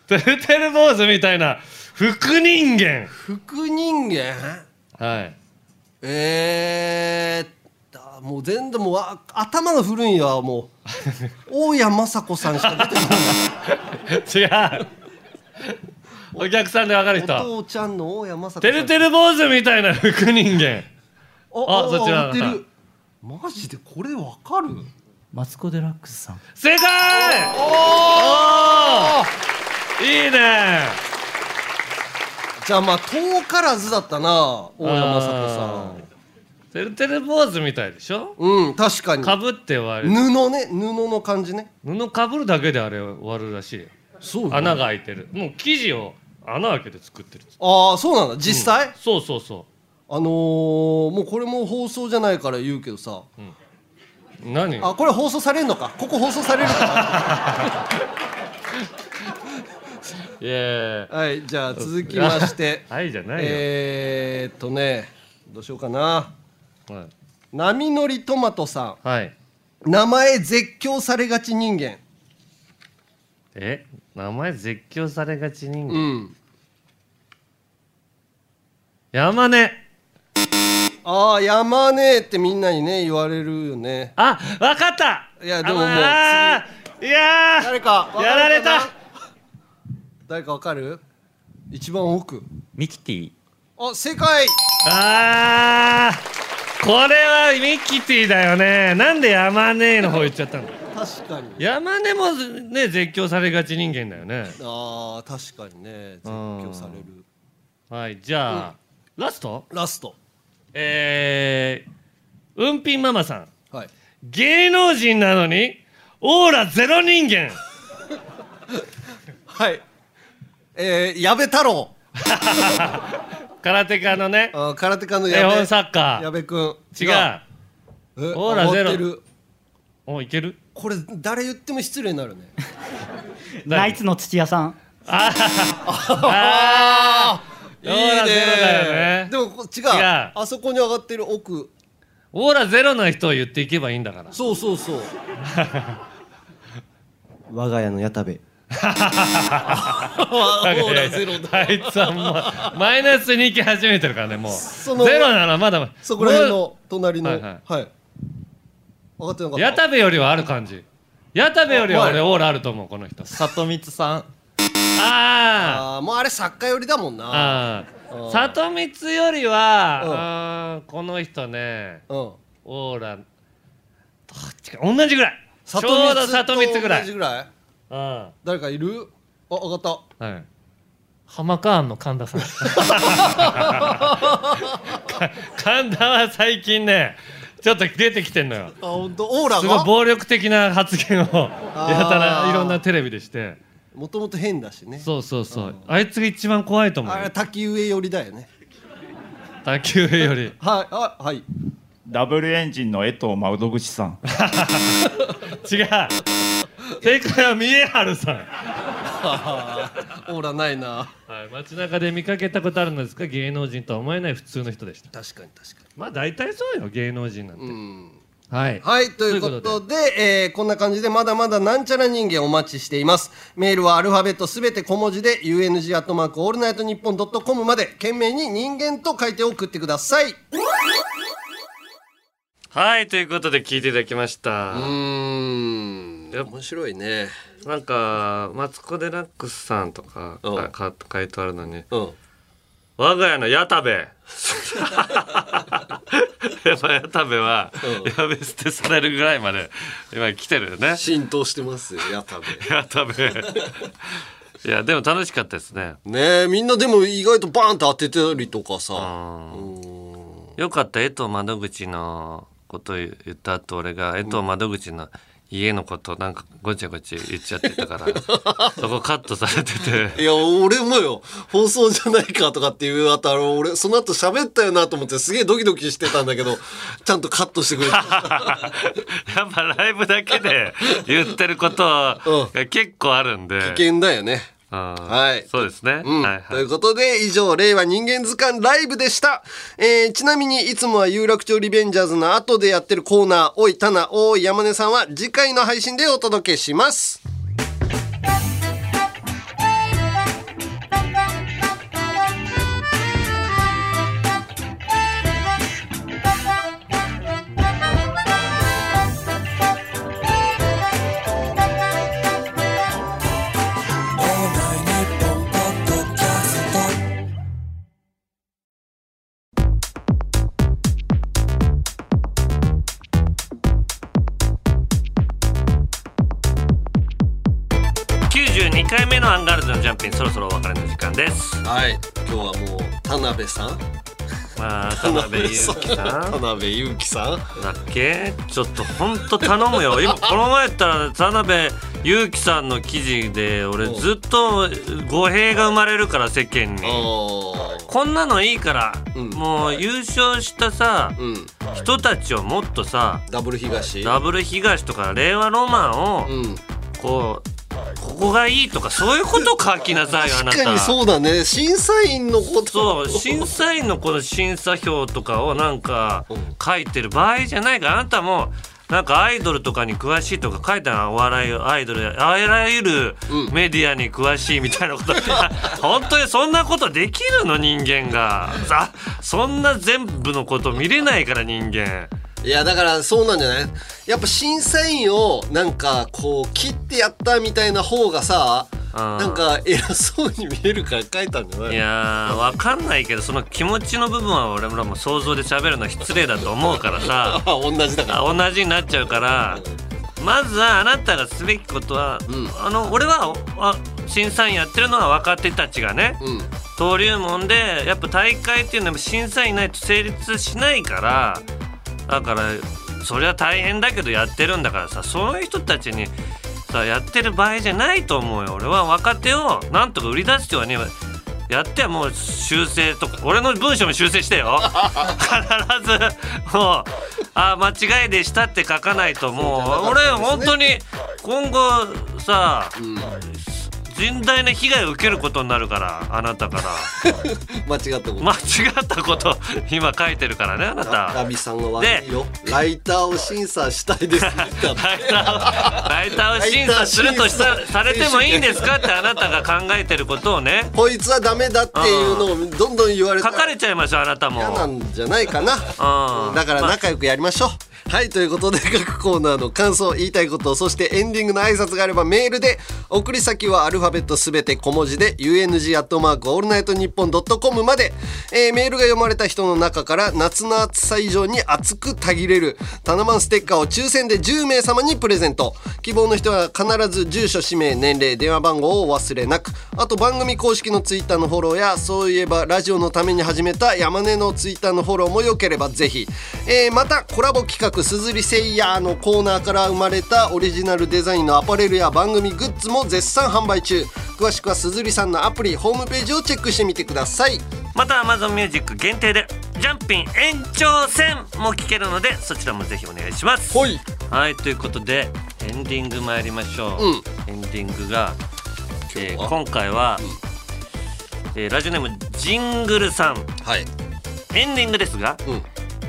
H: てるてる坊主みたいな服人間
B: 副人間
H: はい
B: えー、だもう全然もうあ頭が古いんやもう 大谷雅子さんしか出てこない
H: 違うお客さんで分かる
B: お
H: 人
B: 父ちゃんの大谷雅子さん
H: てるてる坊主みたいな服人間
B: あ
H: あそちら
B: あ
H: の
B: 似て
H: はい
B: るマジでこれわかる
L: マツコデラックスさん。
H: 正解
B: お
H: おいいね
B: じゃあまあ遠からずだったな大谷雅子さ
H: あんてるてる坊主みたいでしょ
B: うん確かに
H: かぶってはあれ
B: ん布ね布の感じね
H: 布かぶるだけであれ終わるらしいよ
B: そう
H: 穴が開いてるもう生地を穴開けて作ってる
B: ああそうなんだ実際、
H: そうそうそ
B: あのー、もうこれも放送じゃないから言うけどさ、
H: 何
B: あこれ放送されんのかここ放送されるのか
H: ういや
B: はいじゃあ続きまして
H: はいじゃないよ
B: えー、っとねどうしようかな、
H: はい
B: 波乗りトマトさ
H: ん、はい、
B: 名前絶叫されがち人間
H: え名前絶叫されがち人間、
B: うん
H: 山根
B: ああ山ねえってみんなにね言われるよね
H: あわかった
B: いやでももう
H: あーいやー
B: 誰か
H: やられた
B: 誰かわかる一番奥
L: ミキティ。
B: あ正解
H: あーこれはミキティだよねなんで山根の方言っちゃったの
B: 確かに
H: 山根もね絶叫されがち人間だよね
B: あー確かにね絶叫される
H: はいじゃあ、ラスト
B: ラスト
H: えー、うんぴんママさん
B: はい
H: 芸能人なのにオーラゼロ人間
B: はいえー、矢部太郎
H: 空手家のね
B: あー空手家の
H: 絵
B: 矢部
H: 本作家
B: 矢部くん
H: 違
B: え
H: うオーラゼ
B: 上がっ
H: ロ
B: てる
H: おいける
B: これ誰言っても失礼になるね
M: ナイツの土屋さん。
B: ああいいね
H: オーラゼロだよね
B: でもこ違う
H: 違う
B: あそこに上がってる奥
O: オーラゼロな人を言っていけばいいんだから
B: そうそう そう
P: 我が家の矢田部
O: オーラゼロだあいつはもうマイナスに行き始めてるからねもう
B: の
O: ゼロならまだ
B: そこら辺の隣の
O: は
B: はいい、
O: はい
B: 分かってなかった
O: 矢田部よりはある感じ矢田部よりは俺オーラあると思うこの人
B: 里光さん
O: あ
B: あーもうあれ作家寄りだもんな
O: あ
B: あ
O: あ里光よりは、あーこの人ね、オーラどっちか同じぐらいちょう
B: 里
O: ど里光ぐら
B: 同じ
O: い
B: ぐらい
O: うん
B: 誰かいるあ上がった
O: はい浜カーンの神田 さん神田は最近ねちょっと出てきてんのよ
B: あ本当オーラが
O: すごい暴力的な発言をやた
B: あ
O: ら
B: ー
O: いろんなテレビでして
B: もともと変だしね
O: そうそうそうあいつが一番怖いと思う
B: あれ滝上寄りだよね
O: 卓球よ り
B: はいあはい
F: ダブルエンジンの江藤窓口さん
O: 違う正解は三重春さん
B: オーラないな
O: はい、街中で見かけたことあるんですか芸能人とは思えない普通の人でした
B: 確かに確かに
O: まあ大体そうよ芸能人なんてはい
B: はい、ということで、えーこんな感じでまだまだなんちゃら人間お待ちしています。メールはアルファベットすべて小文字で、UNG アットマークオールナイトニッポンドットコムまで、懸命に人間と書いて送ってください。
H: はいということで聞いていただきましたう
B: ーん面白いね
H: なんかマツコ・デラックスさんとかかか回答あるのに、我が家の矢田部やっぱ矢田部は、矢部捨てされるぐらいまで今来てるよね
B: 浸透してますよ、やたべ。
H: 矢田部いやでも楽しかったですね
B: ねえ、みんなでも意外とバーンって当てたりとかさ。
H: よかった江藤窓口のことを言った後俺が江藤窓口の家のことなんかごちゃごちゃ言っちゃってたからそこカットされてて
B: いや、俺もよ、放送じゃないかとかっていうあと、あの俺、その後喋ったよなと思って、すげえドキドキしてたんだけど、ちゃんとカットしてくれた。
H: やっぱライブだけで言ってることが結構あるんで危
B: 危険だよね
H: はいそうですね、はい
B: ということで、以上、令和人間図鑑ライブでした。えーちなみに、いつもは有楽町リベンジャーズの後でやってるコーナー、おい、たな、おい、山根さんは、次回の配信でお届けします。
H: 92回目のアンガールズのジャンピンそろそろお別れの時間です
B: はい今日はもう田辺さん
H: まあ田辺裕樹さん
B: 田辺裕樹さん
H: だっけちょっとほんと頼むよ今この前やったら田辺裕樹さんの記事で俺ずっと語弊が生まれるから世間にこんなのいいから、もう優勝したさ、人たちをもっとさ
B: ダブル東
H: ダブル東とか令和ロマンを、こうここがいいとかそういうこと書きなさいよあなた
B: 確かにそうだね。審査員のこと
H: そう審査員のこの審査票とかをなんか書いてる場合じゃないからあなたもなんかアイドルとかに詳しいとか書いたらお笑いアイドルあらゆるメディアに詳しいみたいなこと、 本当にそんなことできるの人間がさそんな全部のこと見れないから人間
B: いやだからそうなんじゃないやっぱ審査員をなんかこう切ってやったみたいな方がさなんか偉そうに見えるから書いたんじゃない
H: いやーわかんないけどその気持ちの部分は俺らも想像で喋るのは失礼だと思うからさ
B: 同じだ
H: から同じになっちゃうからまずはあなたがすべきことは、あの俺はあ審査員やってるのは若手たちがね、登竜門でやっぱ大会っていうのは審査員ないと成立しないからだからそりゃ大変だけどやってるんだからさそういう人たちにさやってる場合じゃないと思うよ俺は若手をなんとか売り出すようにやってはもう修正とか俺の文章も修正してよ必ずもうあ間違いでしたって書かないともう俺本当に今後さ、甚大な被害を受けることになるからあなたから
B: 間違ったこと
H: 間違ったこと今書いてるからねあなた
B: ラミさんが悪いよライターを審査したいです
H: ライターを審査するとしたされてもいいんですかってあなたが考えてることをね
B: こいつはダメだっていうのをどんどん言われ
H: 書かれちゃいましょうあなたも
B: 嫌なんじゃないかなだから仲良くやりましょう、はいということで 各コーナーの感想言いたいことそしてエンディングの挨拶があればメールで送り先はアルファベットすべて小文字で UNG アットマークオールナイトニッポンドットコムまで、えーメールが読まれた人の中から夏の暑さ以上に熱くたぎれるタナマンステッカーを抽選で10名様にプレゼント希望の人は必ず住所氏名年齢電話番号をお忘れなくあと番組公式のツイッターのフォローやそういえばラジオのために始めた山根のツイッターのフォローもよければぜひ、えーまたコラボ企画「すずりセイヤー」のコーナーから生まれたオリジナルデザインのアパレルや番組グッズも絶賛販売中詳しくはすずりさんのアプリホームページをチェックしてみてください
H: また Amazon ミュージック限定でジャンピン延長戦も聞けるのでそちらもぜひお願いします
B: はい
H: ということでエンディング参りましょう、エンディングが今えー今回は、えーラジオネームジングルさん、エンディングですが、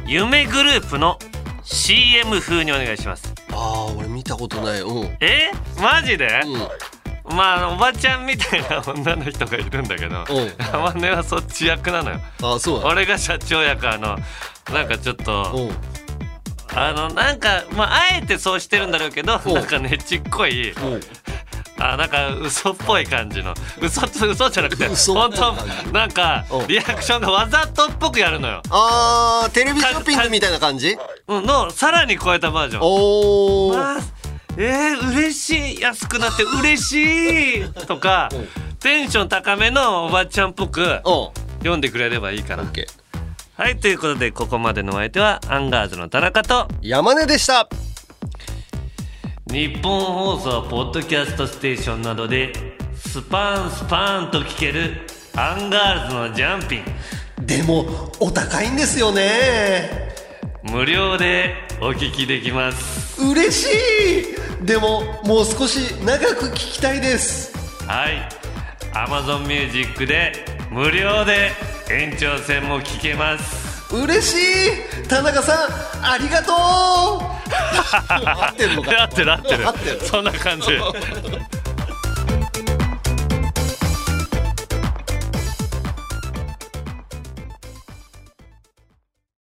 H: 夢グループの CM 風にお願いします
B: あー俺見たことないうん
H: えマジで、まあおばちゃんみたいな女の人がいるんだけど山根はそっち役なのよ
B: あそう
H: 俺が社長役あのなんかちょっとあのなんかまああえてそうしてるんだろうけどなんかねちっこいあなんか嘘っぽい感じの嘘つ嘘じゃなくて本当なんかリアクションがわざとっぽくやるのよ
B: あーテレビショッピングみたいな感じ
H: のさらに超えたバージョン
B: お
H: ーえー、嬉しい安くなって嬉しいとかテンション高めのおばちゃんっぽく読んでくれればいいからはいということでここまでのお相手はアンガールズの田中と
B: 山根でした
H: 日本放送ポッドキャストステーションなどでスパンスパンと聞けるアンガールズのジャンピン
B: でもお高いんですよね
H: 無料でお聞きできます
B: 嬉しいでももう少し長く聞きたいです
H: はい Amazon ミュージックで無料で延長戦も聞けます
B: 嬉しい田中さんありがとう
H: 合ってる合ってる合ってるそんな感じ